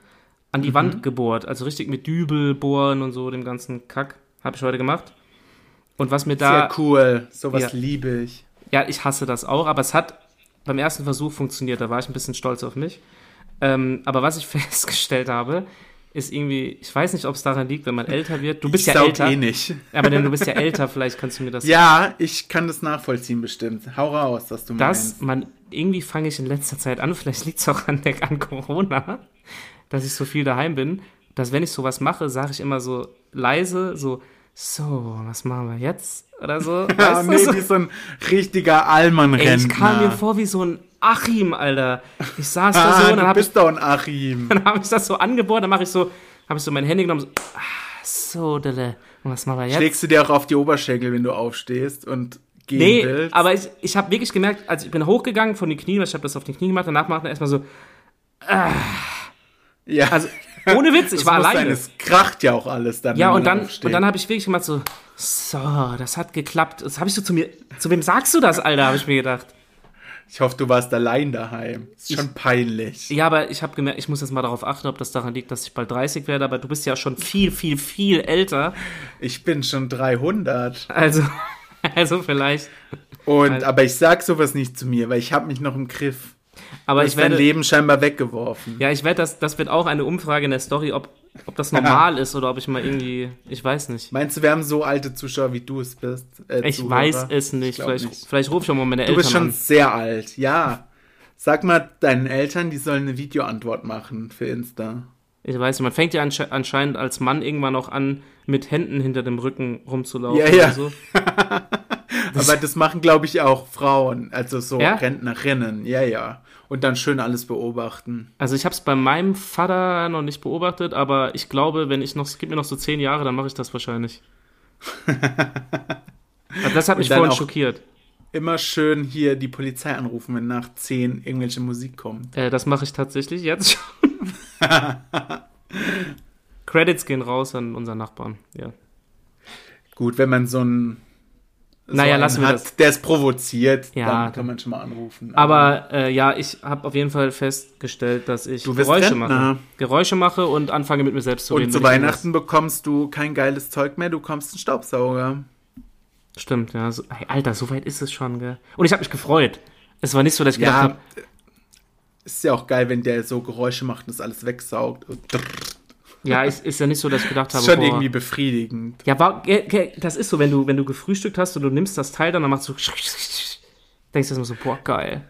[SPEAKER 1] an die Wand gebohrt, also richtig mit Dübel bohren und so, dem ganzen Kack, habe ich heute gemacht. Und was mir da,
[SPEAKER 2] Sehr cool. Sowas
[SPEAKER 1] Ja.
[SPEAKER 2] liebe ich.
[SPEAKER 1] ja, ich hasse das auch, aber es hat beim ersten Versuch funktioniert, da war ich ein bisschen stolz auf mich. Ähm, aber was ich festgestellt habe, ist irgendwie, ich weiß nicht, ob es daran liegt, wenn man älter wird. Du bist
[SPEAKER 2] ich
[SPEAKER 1] ja
[SPEAKER 2] saug
[SPEAKER 1] älter.
[SPEAKER 2] eh nicht.
[SPEAKER 1] Aber denn du bist ja älter, vielleicht kannst du mir das
[SPEAKER 2] Ja, ich kann das nachvollziehen bestimmt. Hau raus, was du
[SPEAKER 1] dass
[SPEAKER 2] meinst.
[SPEAKER 1] man irgendwie fange ich in letzter Zeit an, vielleicht liegt es auch an, der, an Corona, dass ich so viel daheim bin, dass wenn ich sowas mache, sage ich immer so leise, so, so, was machen wir jetzt? Oder so.
[SPEAKER 2] Ja,
[SPEAKER 1] weißt du,
[SPEAKER 2] nee,
[SPEAKER 1] so.
[SPEAKER 2] wie so ein
[SPEAKER 1] Ey,
[SPEAKER 2] richtiger
[SPEAKER 1] ich kam mir
[SPEAKER 2] Allmann-Rentner.
[SPEAKER 1] vor wie so ein Achim, Alter. Ich saß da so
[SPEAKER 2] Ah,
[SPEAKER 1] und dann
[SPEAKER 2] du
[SPEAKER 1] habe ich,
[SPEAKER 2] bist doch ein Achim.
[SPEAKER 1] dann hab ich das so angebohrt, dann mache ich so, habe ich so mein Handy genommen, so, ah, so, Dille, und was machen wir jetzt?
[SPEAKER 2] Schlägst du dir auch auf die Oberschenkel, wenn du aufstehst und gehen
[SPEAKER 1] Nee,
[SPEAKER 2] willst?
[SPEAKER 1] aber ich, ich habe wirklich gemerkt, also ich bin hochgegangen von den Knien, weil ich habe das auf den Knien gemacht, danach macht er erstmal so,
[SPEAKER 2] ja, also,
[SPEAKER 1] ohne Witz, ich war alleine.
[SPEAKER 2] Es kracht ja auch alles dann.
[SPEAKER 1] Ja,
[SPEAKER 2] wenn
[SPEAKER 1] und
[SPEAKER 2] man
[SPEAKER 1] dann, und dann habe ich wirklich gemacht so, so, das hat geklappt. Das habe ich so zu mir, zu wem sagst du das, Alter, habe ich mir gedacht.
[SPEAKER 2] aufsteht. Ich hoffe, du warst allein daheim. Ist schon peinlich.
[SPEAKER 1] Ja, aber ich habe gemerkt, ich muss jetzt mal darauf achten, ob das daran liegt, dass ich bald 30 werde, aber du bist ja schon viel, viel, viel älter.
[SPEAKER 2] Ich bin schon 300.
[SPEAKER 1] Also, also vielleicht.
[SPEAKER 2] Und, aber ich sag sowas nicht zu mir, weil ich habe mich noch im Griff.
[SPEAKER 1] Aber
[SPEAKER 2] Ich,
[SPEAKER 1] ich
[SPEAKER 2] mein
[SPEAKER 1] werde.
[SPEAKER 2] Leben scheinbar weggeworfen.
[SPEAKER 1] Ja, ich werde das, das wird auch eine Umfrage in der Story, ob, ob das normal ist oder ob ich mal irgendwie. Ich weiß nicht.
[SPEAKER 2] Meinst du, wir haben so alte Zuschauer, wie du es bist? Äh,
[SPEAKER 1] Ich
[SPEAKER 2] Zuhörer?
[SPEAKER 1] weiß es
[SPEAKER 2] Ich
[SPEAKER 1] nicht.
[SPEAKER 2] glaub
[SPEAKER 1] Vielleicht, vielleicht rufe ich auch mal meine
[SPEAKER 2] Du
[SPEAKER 1] Eltern
[SPEAKER 2] bist schon
[SPEAKER 1] an.
[SPEAKER 2] sehr alt, ja. Sag mal deinen Eltern, die sollen eine Videoantwort machen für Insta.
[SPEAKER 1] Ich weiß nicht, man fängt ja ansche anscheinend als Mann irgendwann auch an, mit Händen hinter dem Rücken rumzulaufen.
[SPEAKER 2] Ja, ja.
[SPEAKER 1] Oder so.
[SPEAKER 2] Aber das machen, glaube ich, auch Frauen, also so
[SPEAKER 1] Ja?
[SPEAKER 2] Rentnerinnen, ja, ja. Und dann schön alles beobachten.
[SPEAKER 1] Also ich habe es bei meinem Vater noch nicht beobachtet, aber ich glaube, wenn ich noch, es gibt mir noch so zehn Jahre, dann mache ich das wahrscheinlich. Aber das hat mich
[SPEAKER 2] Und dann
[SPEAKER 1] vorhin
[SPEAKER 2] auch-
[SPEAKER 1] schockiert.
[SPEAKER 2] Immer schön hier die Polizei anrufen, wenn nach 10 irgendwelche Musik kommt.
[SPEAKER 1] Äh, das mache ich tatsächlich jetzt schon. Credits gehen raus an unseren Nachbarn. Ja.
[SPEAKER 2] Gut, wenn man so einen, so
[SPEAKER 1] Naja,
[SPEAKER 2] einen
[SPEAKER 1] lassen wir
[SPEAKER 2] hat,
[SPEAKER 1] das.
[SPEAKER 2] der es provoziert,
[SPEAKER 1] Ja,
[SPEAKER 2] dann
[SPEAKER 1] dann-
[SPEAKER 2] kann man schon mal anrufen.
[SPEAKER 1] Aber äh, ja, ich habe auf jeden Fall festgestellt, dass ich
[SPEAKER 2] Du wirst
[SPEAKER 1] Geräusche
[SPEAKER 2] Rentner.
[SPEAKER 1] mache. Geräusche mache und anfange mit mir selbst zu reden.
[SPEAKER 2] Und zu
[SPEAKER 1] wenn ich irgendwas-
[SPEAKER 2] Weihnachten bekommst du kein geiles Zeug mehr, du bekommst einen Staubsauger.
[SPEAKER 1] Stimmt, ja. So, hey, Alter, so weit ist es schon, gell? Und ich habe mich gefreut. Es war nicht so, dass ich gedacht
[SPEAKER 2] Ja, äh,
[SPEAKER 1] habe,
[SPEAKER 2] ist ja auch geil, wenn der so Geräusche macht und das alles wegsaugt.
[SPEAKER 1] ja, ist, ist ja nicht so, dass ich gedacht habe,
[SPEAKER 2] Ist schon
[SPEAKER 1] boah,
[SPEAKER 2] irgendwie befriedigend.
[SPEAKER 1] Ja, war, ge- ge- das ist so, wenn du, wenn du gefrühstückt hast und du nimmst das Teil, dann machst du denkst du erstmal so, boah, geil.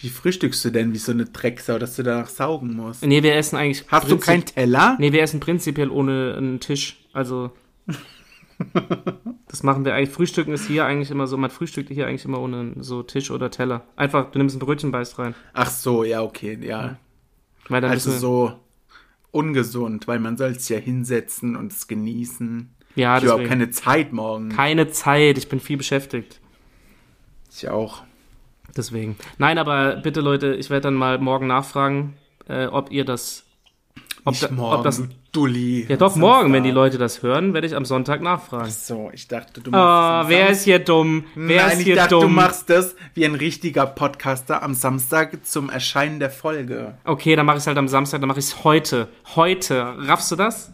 [SPEAKER 2] Wie frühstückst du denn wie so eine Drecksau, dass du danach saugen musst?
[SPEAKER 1] Nee, wir essen eigentlich.
[SPEAKER 2] Hast du
[SPEAKER 1] prinzip-
[SPEAKER 2] keinen Teller?
[SPEAKER 1] Nee, wir essen prinzipiell ohne einen Tisch. Also. das machen wir eigentlich. Frühstücken ist hier eigentlich immer so, man frühstückt hier eigentlich immer ohne so Tisch oder Teller. Einfach, du nimmst ein Brötchen, beißt rein.
[SPEAKER 2] Ach so, ja, okay, ja.
[SPEAKER 1] Weil dann
[SPEAKER 2] Also
[SPEAKER 1] bist du,
[SPEAKER 2] so ungesund, weil man soll es ja hinsetzen und es genießen.
[SPEAKER 1] Ja,
[SPEAKER 2] ich habe
[SPEAKER 1] deswegen.
[SPEAKER 2] keine Zeit morgen.
[SPEAKER 1] keine Zeit, ich bin viel beschäftigt.
[SPEAKER 2] Ich auch.
[SPEAKER 1] Deswegen. Nein, aber bitte Leute, ich werde dann mal morgen nachfragen, äh, ob ihr das. Ob,
[SPEAKER 2] Nicht
[SPEAKER 1] da-
[SPEAKER 2] morgen,
[SPEAKER 1] ob das.
[SPEAKER 2] du Dulli.
[SPEAKER 1] Ja, doch, morgen, wenn die Leute das hören, werde ich am Sonntag nachfragen.
[SPEAKER 2] So, ich dachte, du
[SPEAKER 1] Oh,
[SPEAKER 2] machst es am
[SPEAKER 1] wer ist hier dumm? Wer
[SPEAKER 2] Nein,
[SPEAKER 1] ist
[SPEAKER 2] ich
[SPEAKER 1] hier
[SPEAKER 2] dachte,
[SPEAKER 1] dumm?
[SPEAKER 2] du machst das wie ein richtiger Podcaster am Samstag zum Erscheinen der Folge.
[SPEAKER 1] okay, dann mache ich es halt am Samstag, dann mache ich es heute. Heute. Raffst du das?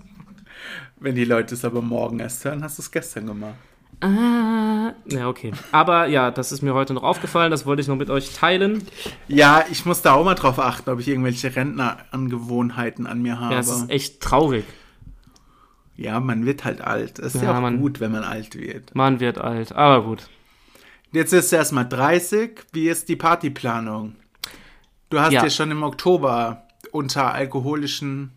[SPEAKER 2] Wenn die Leute es aber morgen erst hören, hast du es gestern gemacht.
[SPEAKER 1] Ja, okay. Aber ja, das ist mir heute noch aufgefallen, das wollte ich noch mit euch teilen.
[SPEAKER 2] Ja, ich muss da auch mal drauf achten, ob ich irgendwelche Rentnerangewohnheiten an mir habe.
[SPEAKER 1] Ja,
[SPEAKER 2] Ja,
[SPEAKER 1] es ist echt traurig.
[SPEAKER 2] man wird halt alt. Es ist ja,
[SPEAKER 1] Ja,
[SPEAKER 2] auch
[SPEAKER 1] man-
[SPEAKER 2] gut, wenn man alt wird.
[SPEAKER 1] Man wird alt, aber gut.
[SPEAKER 2] Jetzt ist erst mal 30. Wie ist die Partyplanung? Du hast
[SPEAKER 1] Ja.
[SPEAKER 2] ja, schon im Oktober unter alkoholischen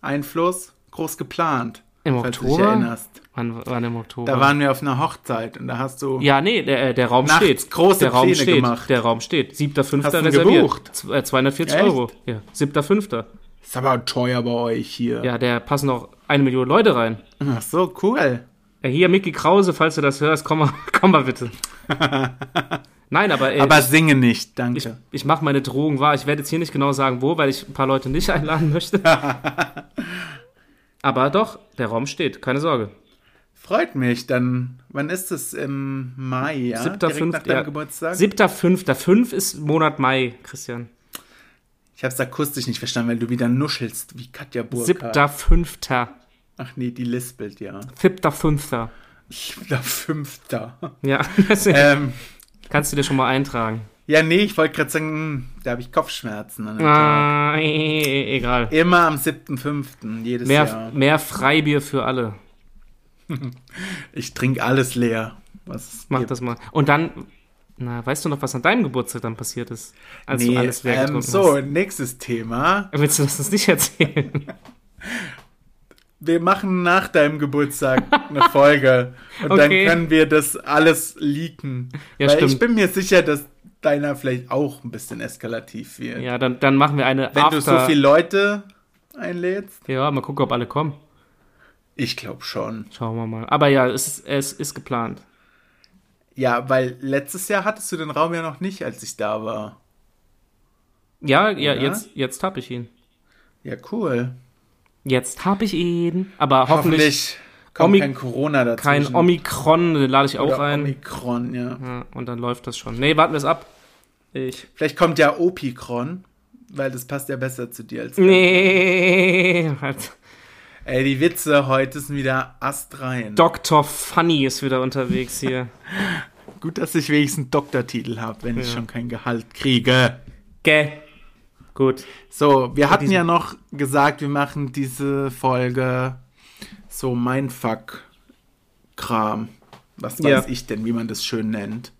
[SPEAKER 2] Einfluss groß geplant.
[SPEAKER 1] Im
[SPEAKER 2] falls du dich
[SPEAKER 1] Oktober?
[SPEAKER 2] erinnerst.
[SPEAKER 1] Wann, wann im Oktober?
[SPEAKER 2] Da waren wir auf einer Hochzeit und da hast du
[SPEAKER 1] Ja, nee, der, äh, der Raum
[SPEAKER 2] Nachts
[SPEAKER 1] steht.
[SPEAKER 2] große
[SPEAKER 1] der Raum
[SPEAKER 2] Pläne
[SPEAKER 1] steht.
[SPEAKER 2] gemacht.
[SPEAKER 1] Der Raum steht. Siebter,
[SPEAKER 2] Hast
[SPEAKER 1] fünfter
[SPEAKER 2] du ihn
[SPEAKER 1] reserviert.
[SPEAKER 2] gebucht?
[SPEAKER 1] Z- äh, 240
[SPEAKER 2] Echt?
[SPEAKER 1] Euro. Ja. Siebter, fünfter.
[SPEAKER 2] Ist aber teuer bei euch hier.
[SPEAKER 1] Ja, der passen auch eine Million Leute rein.
[SPEAKER 2] Ach so, cool.
[SPEAKER 1] Äh, hier, Mickey Krause, falls du das hörst, komm mal, komm mal bitte. Nein, aber, äh,
[SPEAKER 2] Aber singe nicht, danke.
[SPEAKER 1] ich, ich mache meine Drohung wahr. Ich werde jetzt hier nicht genau sagen, wo, weil ich ein paar Leute nicht einladen möchte. aber doch, der Raum steht. Keine Sorge.
[SPEAKER 2] Freut mich. Dann, wann ist es? Im Mai, ja?
[SPEAKER 1] Siebter,
[SPEAKER 2] Ah, Direkt nach
[SPEAKER 1] fünfter.
[SPEAKER 2] deinem
[SPEAKER 1] ja.
[SPEAKER 2] Geburtstag?
[SPEAKER 1] Siebter, fünfter. Fünf ist Monat Mai, Christian.
[SPEAKER 2] ich hab's akustisch nicht verstanden, weil du wieder nuschelst, wie Katja Burkhardt.
[SPEAKER 1] Siebter, fünfter.
[SPEAKER 2] Ach nee, die lispelt, ja.
[SPEAKER 1] Siebter, fünfter.
[SPEAKER 2] Siebter, fünfter.
[SPEAKER 1] Ja, das
[SPEAKER 2] ähm,
[SPEAKER 1] kannst du dir schon mal eintragen.
[SPEAKER 2] ja, nee, ich wollte gerade sagen, hm, da habe ich Kopfschmerzen. an dem Tag.
[SPEAKER 1] Ah, e- e- egal.
[SPEAKER 2] Immer am siebten, fünften, jedes
[SPEAKER 1] Mehr,
[SPEAKER 2] Jahr.
[SPEAKER 1] mehr Freibier für alle.
[SPEAKER 2] Ich trinke alles leer. Was
[SPEAKER 1] Mach das mal. Und dann, na, weißt du noch, was an deinem Geburtstag dann passiert ist? Als
[SPEAKER 2] Nee,
[SPEAKER 1] du alles leer
[SPEAKER 2] ähm,
[SPEAKER 1] getrunken
[SPEAKER 2] so,
[SPEAKER 1] hast.
[SPEAKER 2] nächstes Thema.
[SPEAKER 1] Willst du das uns nicht erzählen?
[SPEAKER 2] Wir machen nach deinem Geburtstag eine Folge. Und dann
[SPEAKER 1] Okay.
[SPEAKER 2] können wir das alles leaken.
[SPEAKER 1] Ja,
[SPEAKER 2] Weil ich
[SPEAKER 1] stimmt.
[SPEAKER 2] bin mir sicher, dass deiner vielleicht auch ein bisschen eskalativ wird.
[SPEAKER 1] ja, dann, dann machen wir eine
[SPEAKER 2] Wenn
[SPEAKER 1] After.
[SPEAKER 2] du so viele Leute einlädst.
[SPEAKER 1] ja, mal gucken, ob alle kommen.
[SPEAKER 2] Ich glaube schon.
[SPEAKER 1] Schauen wir mal. Aber ja, es, ist- es ist geplant.
[SPEAKER 2] Ja, weil letztes Jahr hattest du den Raum ja noch nicht, als ich da war.
[SPEAKER 1] Ja, ja,
[SPEAKER 2] Oder?
[SPEAKER 1] jetzt, jetzt hab ich ihn.
[SPEAKER 2] Ja, cool.
[SPEAKER 1] Jetzt hab ich ihn. Aber hoffentlich,
[SPEAKER 2] Hoffentlich kommt
[SPEAKER 1] Omi-
[SPEAKER 2] kein Corona dazu.
[SPEAKER 1] kein Omikron, den lade ich auch
[SPEAKER 2] Oder
[SPEAKER 1] rein.
[SPEAKER 2] Omikron, ja.
[SPEAKER 1] Ja, und dann läuft das schon. Nee, warten wir es ab. Ich.
[SPEAKER 2] Vielleicht kommt ja Opikron, weil das passt ja besser zu dir als.
[SPEAKER 1] Nee. Halt.
[SPEAKER 2] Ey, die Witze heute sind wieder astrein.
[SPEAKER 1] Dr. Funny ist wieder unterwegs hier.
[SPEAKER 2] Gut, dass ich wenigstens einen Doktortitel habe, wenn ich schon kein Gehalt kriege.
[SPEAKER 1] Gäh. Gut.
[SPEAKER 2] So, wir hatten
[SPEAKER 1] diesen-
[SPEAKER 2] ja noch gesagt, wir machen diese Folge so Mindfuck-Kram. Was
[SPEAKER 1] Ja.
[SPEAKER 2] weiß ich denn, wie man das schön nennt?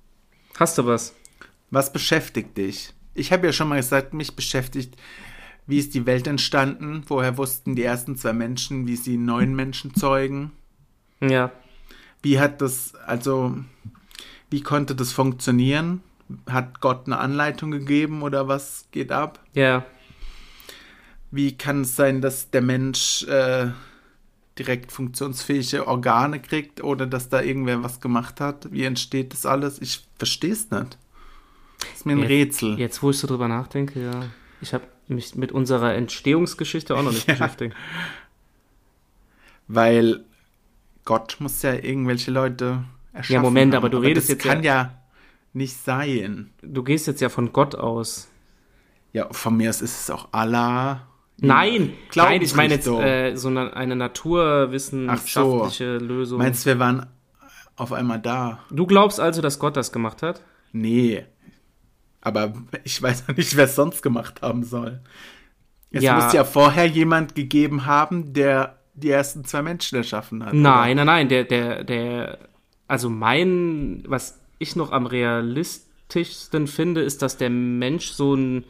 [SPEAKER 1] Hast du was?
[SPEAKER 2] Was beschäftigt dich? Ich habe ja schon mal gesagt, mich beschäftigt, wie ist die Welt entstanden? Woher wussten die ersten zwei Menschen, wie sie neuen Menschen zeugen?
[SPEAKER 1] Ja.
[SPEAKER 2] Wie hat das, also, wie konnte das funktionieren? Hat Gott eine Anleitung gegeben oder was geht ab?
[SPEAKER 1] Ja.
[SPEAKER 2] Wie kann es sein, dass der Mensch äh, direkt funktionsfähige Organe kriegt oder dass da irgendwer was gemacht hat? Wie entsteht das alles? Ich verstehe es nicht. Ist mir ein
[SPEAKER 1] Jetzt-
[SPEAKER 2] Rätsel.
[SPEAKER 1] Jetzt, wo ich so drüber nachdenke, ja. Ich habe mich mit unserer Entstehungsgeschichte auch noch nicht beschäftigt.
[SPEAKER 2] Weil Gott muss ja irgendwelche Leute erschaffen.
[SPEAKER 1] Ja, Moment,
[SPEAKER 2] haben.
[SPEAKER 1] aber du redest
[SPEAKER 2] das
[SPEAKER 1] jetzt
[SPEAKER 2] kann ja, nicht sein.
[SPEAKER 1] Du gehst jetzt ja von Gott aus.
[SPEAKER 2] Ja, von mir aus ist es auch Allah.
[SPEAKER 1] Nein,
[SPEAKER 2] Glaubensrichtung.
[SPEAKER 1] nein, ich meine jetzt äh, so eine, eine naturwissenschaftliche Lösung.
[SPEAKER 2] Meinst du, wir waren auf einmal da?
[SPEAKER 1] du glaubst also, dass Gott das gemacht hat?
[SPEAKER 2] Nee. Aber ich weiß noch nicht, wer es sonst gemacht haben soll. Es
[SPEAKER 1] Ja.
[SPEAKER 2] muss ja vorher jemand gegeben haben, der die ersten zwei Menschen erschaffen hat.
[SPEAKER 1] Nein,
[SPEAKER 2] oder?
[SPEAKER 1] nein, nein, der, der, der, also mein, was ich noch am realistischsten finde, ist, dass der Mensch so ein,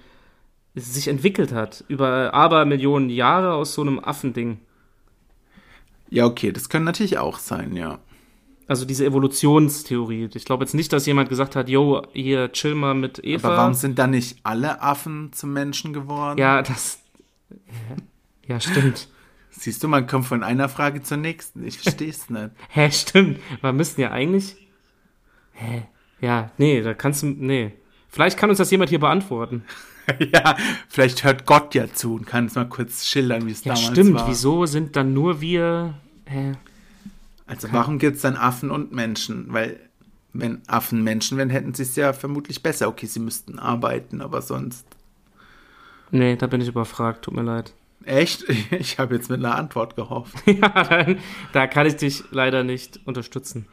[SPEAKER 1] sich entwickelt hat, über Abermillionen Jahre aus so einem Affending.
[SPEAKER 2] Ja, okay, das können natürlich auch sein, ja.
[SPEAKER 1] Also diese Evolutionstheorie. Ich glaube jetzt nicht, dass jemand gesagt hat, yo, hier chill mal mit Eva.
[SPEAKER 2] Aber warum sind dann nicht alle Affen zum Menschen geworden?
[SPEAKER 1] ja, das, ja, stimmt.
[SPEAKER 2] Siehst du, man kommt von einer Frage zur nächsten. Ich verstehe es nicht.
[SPEAKER 1] Hä, stimmt. Wir müssen ja eigentlich. Hä? Ja, nee, da kannst du. Nee. Vielleicht kann uns das jemand hier beantworten.
[SPEAKER 2] ja, vielleicht hört Gott ja zu und kann es mal kurz schildern, wie es
[SPEAKER 1] Ja,
[SPEAKER 2] damals
[SPEAKER 1] stimmt.
[SPEAKER 2] war.
[SPEAKER 1] Wieso sind dann nur wir. Hä?
[SPEAKER 2] Also warum gibt es dann Affen und Menschen? Weil wenn Affen Menschen wären, hätten sie es ja vermutlich besser. Okay, sie müssten arbeiten, aber sonst.
[SPEAKER 1] Nee, da bin ich überfragt. Tut mir leid.
[SPEAKER 2] Echt? Ich habe jetzt mit einer Antwort gehofft.
[SPEAKER 1] ja, dann, da kann ich dich leider nicht unterstützen.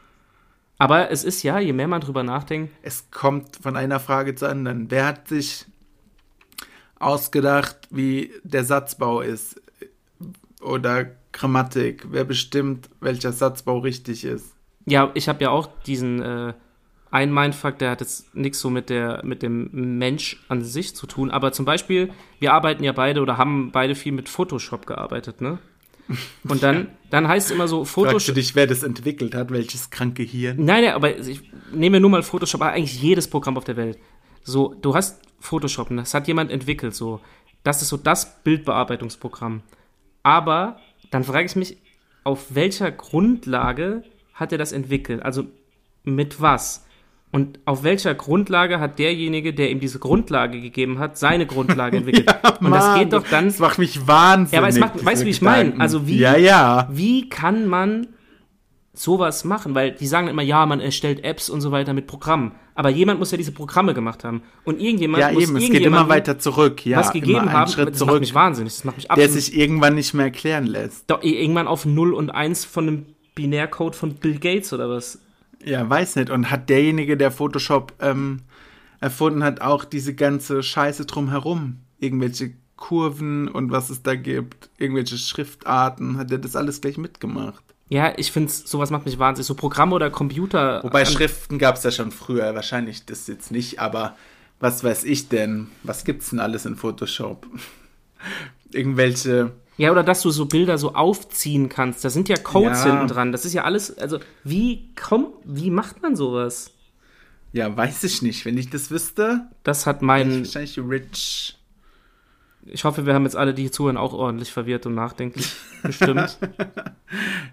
[SPEAKER 1] Aber es ist ja, je mehr man drüber nachdenkt.
[SPEAKER 2] es kommt von einer Frage zur anderen. Wer hat sich ausgedacht, wie der Satzbau ist? Oder Grammatik? Wer bestimmt, welcher Satzbau richtig ist?
[SPEAKER 1] Ja, ich habe ja auch diesen. Äh, ein Mindfuck, der hat jetzt nichts so mit, der, mit dem Mensch an sich zu tun. Aber zum Beispiel, wir arbeiten ja beide oder haben beide viel mit Photoshop gearbeitet, ne? Und dann, dann heißt es immer so,
[SPEAKER 2] Fragst du
[SPEAKER 1] Photoshop.
[SPEAKER 2] dich, wer das entwickelt hat, welches kranke Hirn?
[SPEAKER 1] Nein, nein, aber ich nehme nur mal Photoshop, aber eigentlich jedes Programm auf der Welt. So, du hast Photoshop, und das hat jemand entwickelt, so. Das ist so das Bildbearbeitungsprogramm. Aber dann frage ich mich, auf welcher Grundlage hat er das entwickelt? Also mit was? Und auf welcher Grundlage hat derjenige, der ihm diese Grundlage gegeben hat, seine Grundlage entwickelt? und das
[SPEAKER 2] Mann,
[SPEAKER 1] geht doch dann.
[SPEAKER 2] Das macht mich wahnsinnig.
[SPEAKER 1] Ja, aber es macht-
[SPEAKER 2] diese
[SPEAKER 1] weißt du, wie ich meine?
[SPEAKER 2] Gedanken.
[SPEAKER 1] Also wie-
[SPEAKER 2] Ja, ja.
[SPEAKER 1] Wie kann man sowas machen? Weil die sagen immer, ja, man erstellt Apps und so weiter mit Programmen. Aber jemand muss ja diese Programme gemacht haben. Und irgendjemand
[SPEAKER 2] Ja,
[SPEAKER 1] muss
[SPEAKER 2] eben. Es geht
[SPEAKER 1] irgendjemandem
[SPEAKER 2] immer weiter zurück. Ja,
[SPEAKER 1] was
[SPEAKER 2] immer
[SPEAKER 1] gegeben
[SPEAKER 2] einen
[SPEAKER 1] haben.
[SPEAKER 2] Schritt
[SPEAKER 1] das
[SPEAKER 2] zurück,
[SPEAKER 1] macht mich wahnsinnig. Das macht mich
[SPEAKER 2] der
[SPEAKER 1] absolut.
[SPEAKER 2] sich irgendwann nicht mehr erklären lässt.
[SPEAKER 1] doch, eh irgendwann auf 0 und 1 von einem Binärcode von Bill Gates oder was?
[SPEAKER 2] Ja, weiß nicht. Und hat derjenige, der Photoshop ähm, erfunden hat, auch diese ganze Scheiße drumherum? Irgendwelche Kurven und was es da gibt, irgendwelche Schriftarten, hat er das alles gleich mitgemacht?
[SPEAKER 1] Ja, ich finde, sowas macht mich wahnsinnig. So Programme oder Computer.
[SPEAKER 2] Wobei
[SPEAKER 1] an-
[SPEAKER 2] Schriften gab es ja schon früher, wahrscheinlich das jetzt nicht, aber was weiß ich denn? Was gibt's denn alles in Photoshop? Irgendwelche.
[SPEAKER 1] Ja, oder dass du so Bilder so aufziehen kannst. Da sind ja Codes
[SPEAKER 2] Ja.
[SPEAKER 1] hinten dran. Das ist ja alles. Also, wie kommt, wie macht man sowas?
[SPEAKER 2] Ja, weiß ich nicht. Wenn ich das wüsste,
[SPEAKER 1] Das hat
[SPEAKER 2] wäre ich
[SPEAKER 1] mein
[SPEAKER 2] wahrscheinlich rich.
[SPEAKER 1] Ich hoffe, wir haben jetzt alle, die hier zuhören, auch ordentlich verwirrt und nachdenklich bestimmt.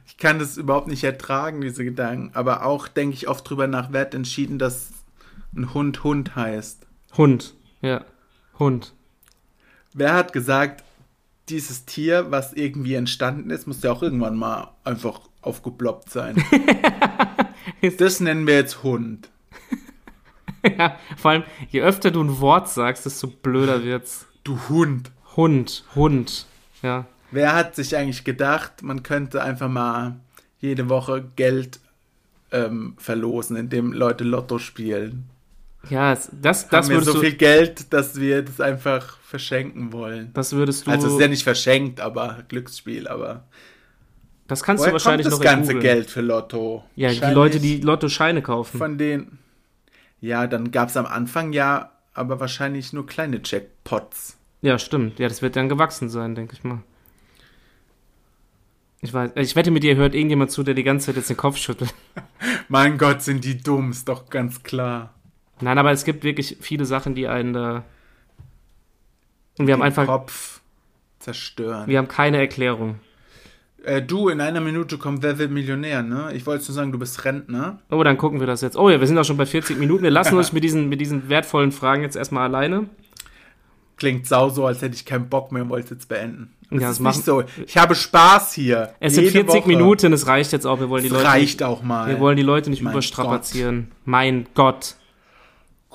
[SPEAKER 2] Ich kann das überhaupt nicht ertragen, diese Gedanken. Aber auch denke ich oft drüber nach, wer hat entschieden, dass ein Hund Hund heißt.
[SPEAKER 1] Hund, ja. Hund.
[SPEAKER 2] Wer hat gesagt, dieses Tier, was irgendwie entstanden ist, muss ja auch irgendwann mal einfach aufgeploppt sein. das nennen wir jetzt Hund.
[SPEAKER 1] ja, vor allem, je öfter du ein Wort sagst, desto blöder wird's.
[SPEAKER 2] Du Hund.
[SPEAKER 1] Hund, Hund. Ja.
[SPEAKER 2] Wer hat sich eigentlich gedacht, man könnte einfach mal jede Woche Geld ähm, verlosen, indem Leute Lotto spielen?
[SPEAKER 1] Ja, es- das,
[SPEAKER 2] Das
[SPEAKER 1] das
[SPEAKER 2] haben wir
[SPEAKER 1] würdest du.
[SPEAKER 2] so viel Geld, dass wir das einfach verschenken wollen.
[SPEAKER 1] Das würdest du.
[SPEAKER 2] also es ist ja nicht verschenkt, aber Glücksspiel, aber
[SPEAKER 1] das kannst du
[SPEAKER 2] woher kommt
[SPEAKER 1] wahrscheinlich
[SPEAKER 2] das
[SPEAKER 1] noch
[SPEAKER 2] ganze
[SPEAKER 1] ergoogeln.
[SPEAKER 2] Geld für Lotto?
[SPEAKER 1] Ja, die
[SPEAKER 2] Wahrscheinlich
[SPEAKER 1] Leute, die Lottoscheine kaufen.
[SPEAKER 2] von den Ja, dann gab es am Anfang ja aber wahrscheinlich nur kleine Jackpots.
[SPEAKER 1] Ja, stimmt. Ja, das wird dann gewachsen sein, denke ich mal. Ich weiß, ich wette mit dir hört irgendjemand zu, der die ganze Zeit jetzt den Kopf schüttelt.
[SPEAKER 2] Mein Gott, sind die dumm, ist doch ganz klar.
[SPEAKER 1] Nein, aber es gibt wirklich viele Sachen, die einen da. Und wir haben
[SPEAKER 2] Den
[SPEAKER 1] einfach.
[SPEAKER 2] Kopf zerstören.
[SPEAKER 1] Wir haben keine Erklärung.
[SPEAKER 2] Äh, du, in einer Minute kommt Wer wird Millionär, ne? Ich wollte nur sagen, du bist Rentner.
[SPEAKER 1] Oh, dann gucken wir das jetzt. Oh ja, wir sind auch schon bei 40 Minuten. Wir lassen uns mit diesen, mit diesen wertvollen Fragen jetzt erstmal alleine.
[SPEAKER 2] Klingt sau so, als hätte ich keinen Bock mehr und wollte es jetzt beenden.
[SPEAKER 1] Ja,
[SPEAKER 2] das
[SPEAKER 1] das
[SPEAKER 2] ist
[SPEAKER 1] machen-
[SPEAKER 2] nicht so. Ich habe Spaß hier.
[SPEAKER 1] Es sind
[SPEAKER 2] Jede
[SPEAKER 1] 40
[SPEAKER 2] Woche.
[SPEAKER 1] Minuten, es reicht jetzt auch. Wir wollen die
[SPEAKER 2] Es
[SPEAKER 1] Leute.
[SPEAKER 2] reicht auch mal.
[SPEAKER 1] Wir wollen die Leute nicht
[SPEAKER 2] Mein
[SPEAKER 1] überstrapazieren. Mein Gott.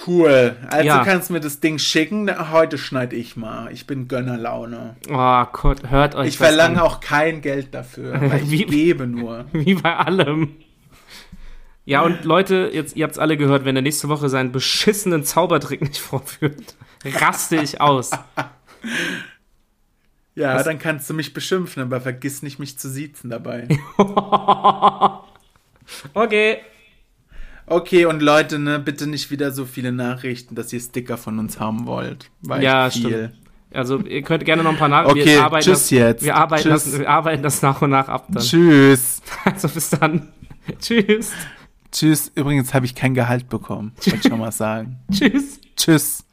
[SPEAKER 2] Cool. Also
[SPEAKER 1] Ja.
[SPEAKER 2] kannst du mir das Ding schicken. Na, Heute schneide ich mal. Ich bin Gönnerlaune.
[SPEAKER 1] Oh Gott, hört euch
[SPEAKER 2] Ich
[SPEAKER 1] das
[SPEAKER 2] verlange
[SPEAKER 1] an.
[SPEAKER 2] auch kein Geld dafür. Weil
[SPEAKER 1] Wie-
[SPEAKER 2] ich gebe nur.
[SPEAKER 1] Wie bei allem. Ja, und Leute, jetzt, ihr habt's alle gehört, wenn er nächste Woche seinen beschissenen Zaubertrick nicht vorführt, raste ich aus.
[SPEAKER 2] Ja,
[SPEAKER 1] Was-
[SPEAKER 2] dann kannst du mich beschimpfen, aber vergiss nicht, mich zu siezen dabei.
[SPEAKER 1] Okay.
[SPEAKER 2] Okay, und Leute, ne, bitte nicht wieder so viele Nachrichten, dass ihr Sticker von uns haben wollt. War echt
[SPEAKER 1] Ja,
[SPEAKER 2] viel.
[SPEAKER 1] stimmt. Also, ihr könnt gerne noch ein paar Nachrichten.
[SPEAKER 2] Okay,
[SPEAKER 1] wir arbeiten
[SPEAKER 2] tschüss
[SPEAKER 1] das,
[SPEAKER 2] jetzt.
[SPEAKER 1] Wir arbeiten,
[SPEAKER 2] Tschüss.
[SPEAKER 1] Das, wir arbeiten das nach und nach ab dann.
[SPEAKER 2] Tschüss.
[SPEAKER 1] Also, bis dann. Tschüss.
[SPEAKER 2] Tschüss. Übrigens habe ich kein Gehalt bekommen. Wollte ich schon mal sagen.
[SPEAKER 1] Tschüss.
[SPEAKER 2] Tschüss.